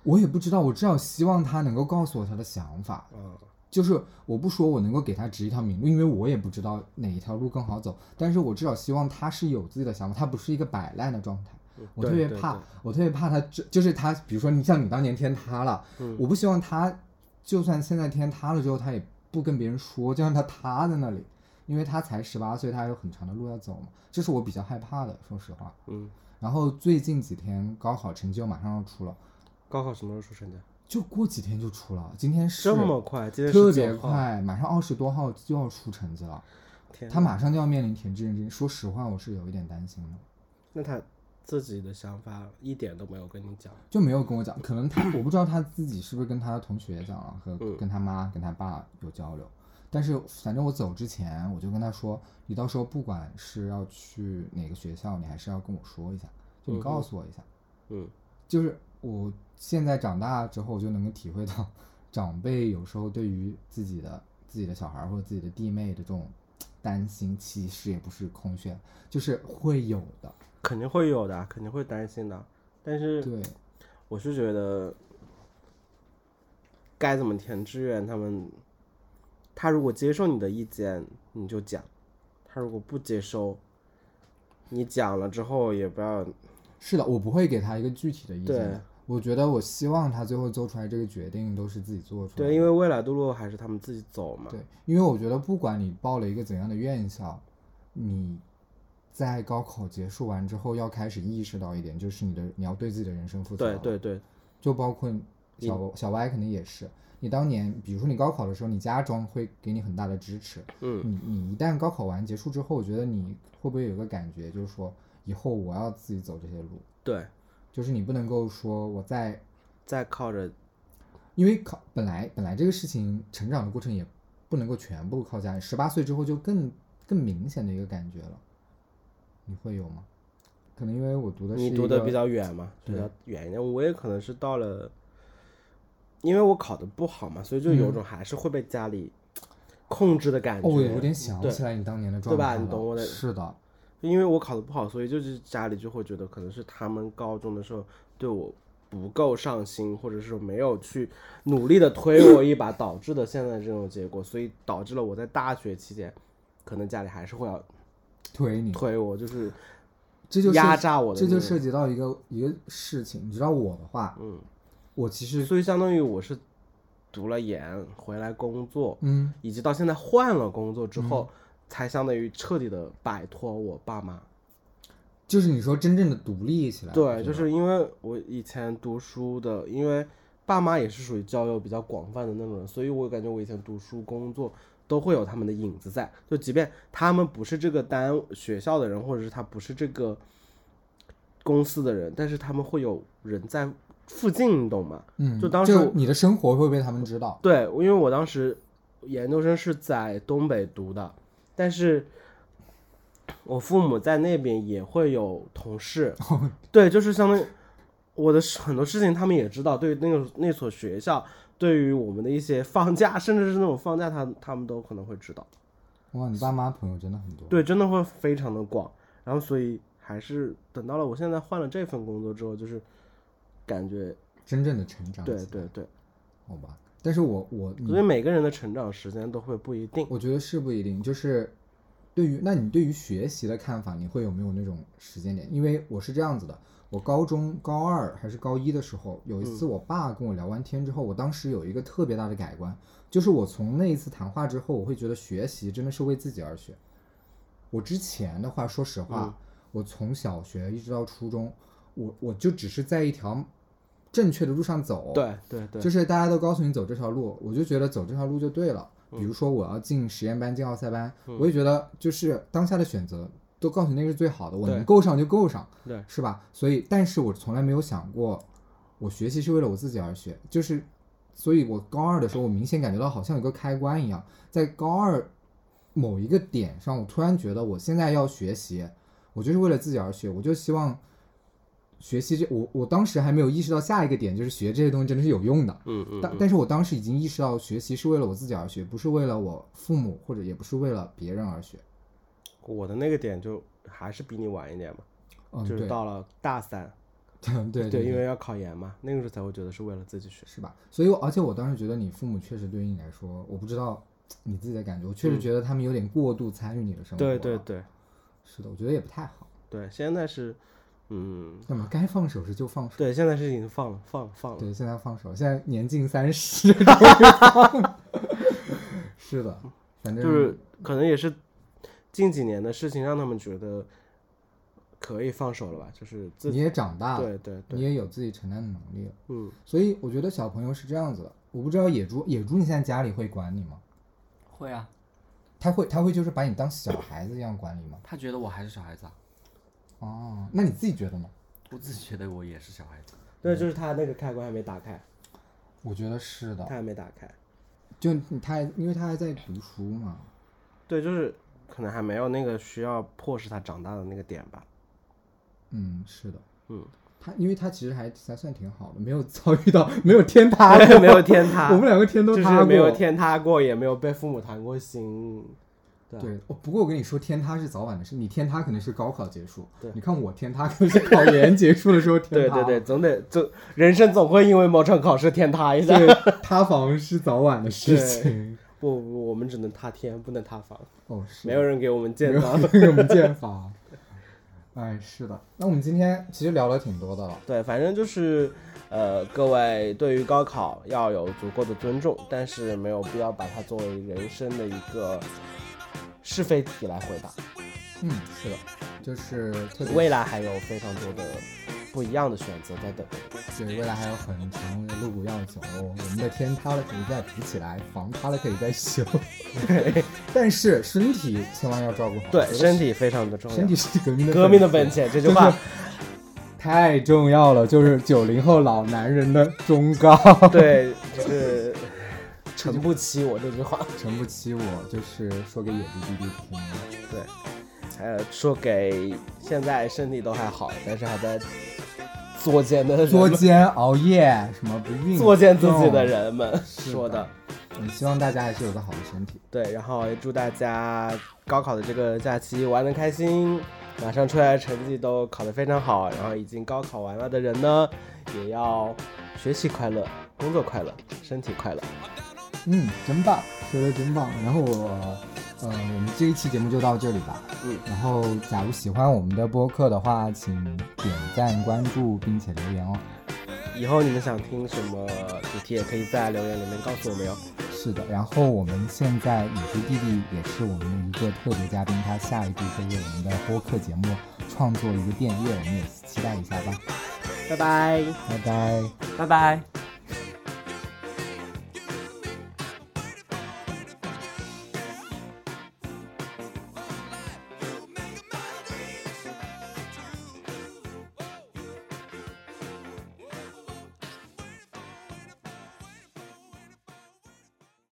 Speaker 2: 我也不知道，我至少希望他能够告诉我他的想法，
Speaker 1: 嗯，
Speaker 2: 就是我不说我能够给他指一条明路，因为我也不知道哪一条路更好走，但是我至少希望他是有自己的想法，他不是一个摆烂的状态。我特
Speaker 1: 对
Speaker 2: 别
Speaker 1: 对
Speaker 2: 怕
Speaker 1: 对，
Speaker 2: 我特别怕他这，就是他，比如说你像你当年天塌了，
Speaker 1: 嗯
Speaker 2: 我不希望他，就算现在天塌了之后，他也不跟别人说，就让他塌在那里，因为他才十八岁，他还有很长的路要走嘛，这是我比较害怕的，说实话。
Speaker 1: 嗯。
Speaker 2: 然后最近几天高考成绩又马上要出了，
Speaker 1: 高考什么时候出成绩？
Speaker 2: 就过几天就出了，今天是
Speaker 1: 这么快？今天
Speaker 2: 特
Speaker 1: 是
Speaker 2: 别，快，马上二十多号就要出成绩了，
Speaker 1: 天
Speaker 2: 他
Speaker 1: 哪
Speaker 2: 马上就要面临填志愿这件事。说实话，我是有一点担心的，
Speaker 1: 那他自己的想法一点都没有跟你讲。
Speaker 2: 就没有跟我讲，可能他我不知道他自己是不是跟他的同学讲了，和跟他妈、跟他爸有交流。但是反正我走之前，我就跟他说，你到时候不管是要去哪个学校，你还是要跟我说一下，就你告诉我一下。
Speaker 1: 嗯，
Speaker 2: 就是我现在长大之后，我就能够体会到长辈有时候对于自己的自己的小孩儿或者自己的弟妹的这种担心，其实也不是空穴，就是会有的。
Speaker 1: 肯定会有的啊，肯定会担心的。但是
Speaker 2: 对，
Speaker 1: 我是觉得该怎么填志愿，他们他如果接受你的意见，你就讲；他如果不接受，你讲了之后也不要
Speaker 2: 是的，我不会给他一个具体的意见
Speaker 1: 对
Speaker 2: 的。我觉得我希望他最后做出来这个决定都是自己做出来的。
Speaker 1: 对，因为未来的路还是他们自己走嘛。
Speaker 2: 对，因为我觉得不管你报了一个怎样的院校，你在高考结束完之后要开始意识到一点，就是你的你要对自己的人生负责
Speaker 1: 对
Speaker 2: 了。
Speaker 1: 对对，
Speaker 2: 就包括小小歪肯定也是，你当年比如说你高考的时候，你家中会给你很大的支持，
Speaker 1: 嗯，
Speaker 2: 你你一旦高考完结束之后，我觉得你会不会有个感觉，就是说以后我要自己走这些路，
Speaker 1: 对，
Speaker 2: 就是你不能够说我在
Speaker 1: 再靠着
Speaker 2: 因为靠本来本来这个事情成长的过程也不能够全部靠家人，十八岁之后就更更明显的一个感觉了，你会有吗？可能因为我读的是
Speaker 1: 你
Speaker 2: 一
Speaker 1: 读的
Speaker 2: 个
Speaker 1: 比较远嘛，比
Speaker 2: 对
Speaker 1: 较远一点。我也可能是到了，因为我考的不好嘛，所以就有种还是会被家里控制的感觉。
Speaker 2: 嗯
Speaker 1: 嗯
Speaker 2: 哦，我有点想
Speaker 1: 对
Speaker 2: 起来你当年的状态
Speaker 1: 吧你
Speaker 2: 了
Speaker 1: 懂我的
Speaker 2: 是的，
Speaker 1: 因为我考的不好，所以就是家里就会觉得可能是他们高中的时候对我不够上心，或者是没有去努力的推我一把，导致的现在这种结果，所以导致了我在大学期间，可能家里还是会要
Speaker 2: 推你，
Speaker 1: 推我，就是
Speaker 2: 这就
Speaker 1: 压
Speaker 2: 涉
Speaker 1: 榨我的
Speaker 2: 这
Speaker 1: 那
Speaker 2: 就
Speaker 1: 种
Speaker 2: 涉及到一个一个事情，你知道我的话，
Speaker 1: 嗯，
Speaker 2: 我其实
Speaker 1: 所以相当于我是读了研回来工作，
Speaker 2: 嗯，
Speaker 1: 以及到现在换了工作之后，才相当于彻底的摆脱我爸妈。
Speaker 2: 就是你说真正的独立起来，我觉
Speaker 1: 对，
Speaker 2: 得
Speaker 1: 就是因为我以前读书的，因为爸妈也是属于交友比较广泛的那种人，所以我感觉我以前读书、工作都会有他们的影子在。就即便他们不是这个单学校的人，或者是他不是这个公司的人，但是他们会有人在附近，你懂吗？
Speaker 2: 嗯，
Speaker 1: 就当时我
Speaker 2: 你的生活会被他们知道，
Speaker 1: 对，因为我当时研究生是在东北读的，但是我父母在那边也会有同 事，
Speaker 2: 哦
Speaker 1: 对，就是相当于我的很多事情他们也知道，对于那个那所学校，对于我们的一些放假，甚至是那种放假，他他们都可能会知道。
Speaker 2: 哇，你爸妈朋友真的很多。
Speaker 1: 对，真的会非常的广。然后所以还是等到了我现在换了这份工作之后，就是感觉
Speaker 2: 真正的成长。
Speaker 1: 对对，对，
Speaker 2: 好吧。但是我我你
Speaker 1: 所以每个人的成长时间都会不一定。
Speaker 2: 我觉得是不一定，就是对于那你对于学习的看法，你会有没有那种时间点？因为我是这样子的，我高中高二还是高一的时候，有一
Speaker 1: 嗯
Speaker 2: 次我爸跟我聊完天之后，我当时有一个特别大的改观，就是我从那一次谈话之后，我会觉得学习真的是为自己而学。我之前的话，说实话，
Speaker 1: 嗯
Speaker 2: 我从小学一直到初中，我我就只是在一条正确的路上走，
Speaker 1: 对对对，
Speaker 2: 就是大家都告诉你走这条路，我就觉得走这条路就对了。
Speaker 1: 嗯
Speaker 2: 比如说我要进实验班、进奥赛班，我也觉得就是当下的选择都告诉你那个是最好的，我
Speaker 1: 对
Speaker 2: 能够上就够上，
Speaker 1: 对
Speaker 2: 是吧？所以，但是我从来没有想过，我学习是为了我自己而学，就是，所以我高二的时候，我明显感觉到好像有个开关一样，在高二某一个点上，我突然觉得我现在要学习，我就是为了自己而学，我就希望学习这我我当时还没有意识到下一个点就是学这些东西真的是有用的，
Speaker 1: 嗯嗯
Speaker 2: 但但是我当时已经意识到学习是为了我自己而学，不是为了我父母或者也不是为了别人而学。
Speaker 1: 我的那个点就还是比你晚一点嘛，
Speaker 2: 嗯，
Speaker 1: 就是
Speaker 2: 对，
Speaker 1: 到了大三，
Speaker 2: 对
Speaker 1: 对，因为要考研嘛，那个时候才会觉得是为了自己学。
Speaker 2: 是吧？所以我，而且我当时觉得你父母确实对于你来说，我不知道你自己的感觉，我确实觉得他们有点过度参与你的生
Speaker 1: 嗯
Speaker 2: 活。
Speaker 1: 对对，对
Speaker 2: 是的，我觉得也不太好。
Speaker 1: 啊对，现在是，嗯，
Speaker 2: 那么该放手时就放手。
Speaker 1: 对，现在是已经放了放了放了。
Speaker 2: 对，现在放手，现在年近三十 终于放了， 是的，反正
Speaker 1: 嗯就是可能也是近几年的事情，让他们觉得可以放手了吧，就是自
Speaker 2: 你
Speaker 1: 己
Speaker 2: 也长大了，
Speaker 1: 对对
Speaker 2: 你
Speaker 1: 对，
Speaker 2: 也有自己承担的能力了。
Speaker 1: 嗯，
Speaker 2: 所以我觉得小朋友是这样子的，我不知道野猪，野猪你现在家里会管你吗？
Speaker 3: 会啊，
Speaker 2: 他会，他会就是把你当小孩子一样管理吗？
Speaker 3: 他觉得我还是小孩子啊，
Speaker 2: 哦，那你自己觉得呢？
Speaker 3: 我自己觉得我也是小孩子。
Speaker 1: 对，就是他那个开关还没打开，
Speaker 2: 我觉得是的
Speaker 1: 他，还没打开，
Speaker 2: 就他还因为他还在读书嘛，
Speaker 1: 对，就是可能还没有那个需要迫使他长大的那个点吧，
Speaker 2: 嗯，是的，
Speaker 1: 嗯，
Speaker 2: 他因为他其实还还算挺好的，没有遭遇到 没有天塌过，
Speaker 1: 没有天塌
Speaker 2: 我们两个天都
Speaker 1: 就
Speaker 2: 塌过，
Speaker 1: 是没有天塌过，也没有被父母谈过心，对啊
Speaker 2: 对，哦，不过我跟你说，天塌是早晚的事。你天塌可能是高考结束，
Speaker 1: 对
Speaker 2: 你看我天塌 可能是考研结束的时候天
Speaker 1: 对对
Speaker 2: 塌，
Speaker 1: 对，总得总人生总会因为某场考试天塌一下，
Speaker 2: 对，塌房是早晚的事情。
Speaker 1: 不不，我们只能塌天，不能塌房，
Speaker 2: 哦，是
Speaker 1: 没有人给我们建
Speaker 2: 没有
Speaker 1: 造。
Speaker 2: 人给我们建房。哎，是的。那我们今天其实聊了挺多的了，
Speaker 1: 对，反正就是，呃，各位对于高考要有足够的尊重，但是没有必要把它作为人生的一个是非题来回答。
Speaker 2: 嗯，是的，就是特别
Speaker 1: 未来还有非常多的不一样的选择在等着你。
Speaker 2: 对未来还有很长的路要走，我们的天塌了可以再补起来，房塌了可以再 修，但是身体千万要照顾好。
Speaker 1: 对
Speaker 2: 我，觉得
Speaker 1: 身体非常的重要，
Speaker 2: 身体是革命的
Speaker 1: 革命的
Speaker 2: 本
Speaker 1: 本
Speaker 2: 钱。
Speaker 1: 钱这句话，
Speaker 2: 太重要了，就是九零后老男人的忠告。
Speaker 1: 对，就是诚不欺我这句话。
Speaker 2: 诚不欺我，就是说给野猪弟弟听。
Speaker 1: 对，还有说给现在身体都还好，但是还在作奸的人
Speaker 2: 作
Speaker 1: 们，
Speaker 2: 奸熬夜，什么不运动
Speaker 1: 作奸自己的，人们说的。
Speaker 2: 嗯，希望大家还是有个好的身体。
Speaker 1: 对，然后也祝大家高考的这个假期玩的开心，马上出来的成绩都考得非常好，然后已经高考完了的人呢，也要学习快乐，工作快乐，身体快乐。
Speaker 2: 嗯，真棒，说的真棒。然后我，呃，我们这一期节目就到这里吧。
Speaker 1: 嗯，
Speaker 2: 然后假如喜欢我们的播客的话，请点赞、关注并且留言哦。
Speaker 1: 以后你们想听什么主题，也可以在留言里面告诉我们哟。
Speaker 2: 是的，然后我们现在野猪弟弟也是我们的一个特别嘉宾，他下一步会为我们的播客节目创作一个电乐，我们也期待一下吧，
Speaker 1: 拜拜。
Speaker 2: 拜拜。
Speaker 3: 拜拜。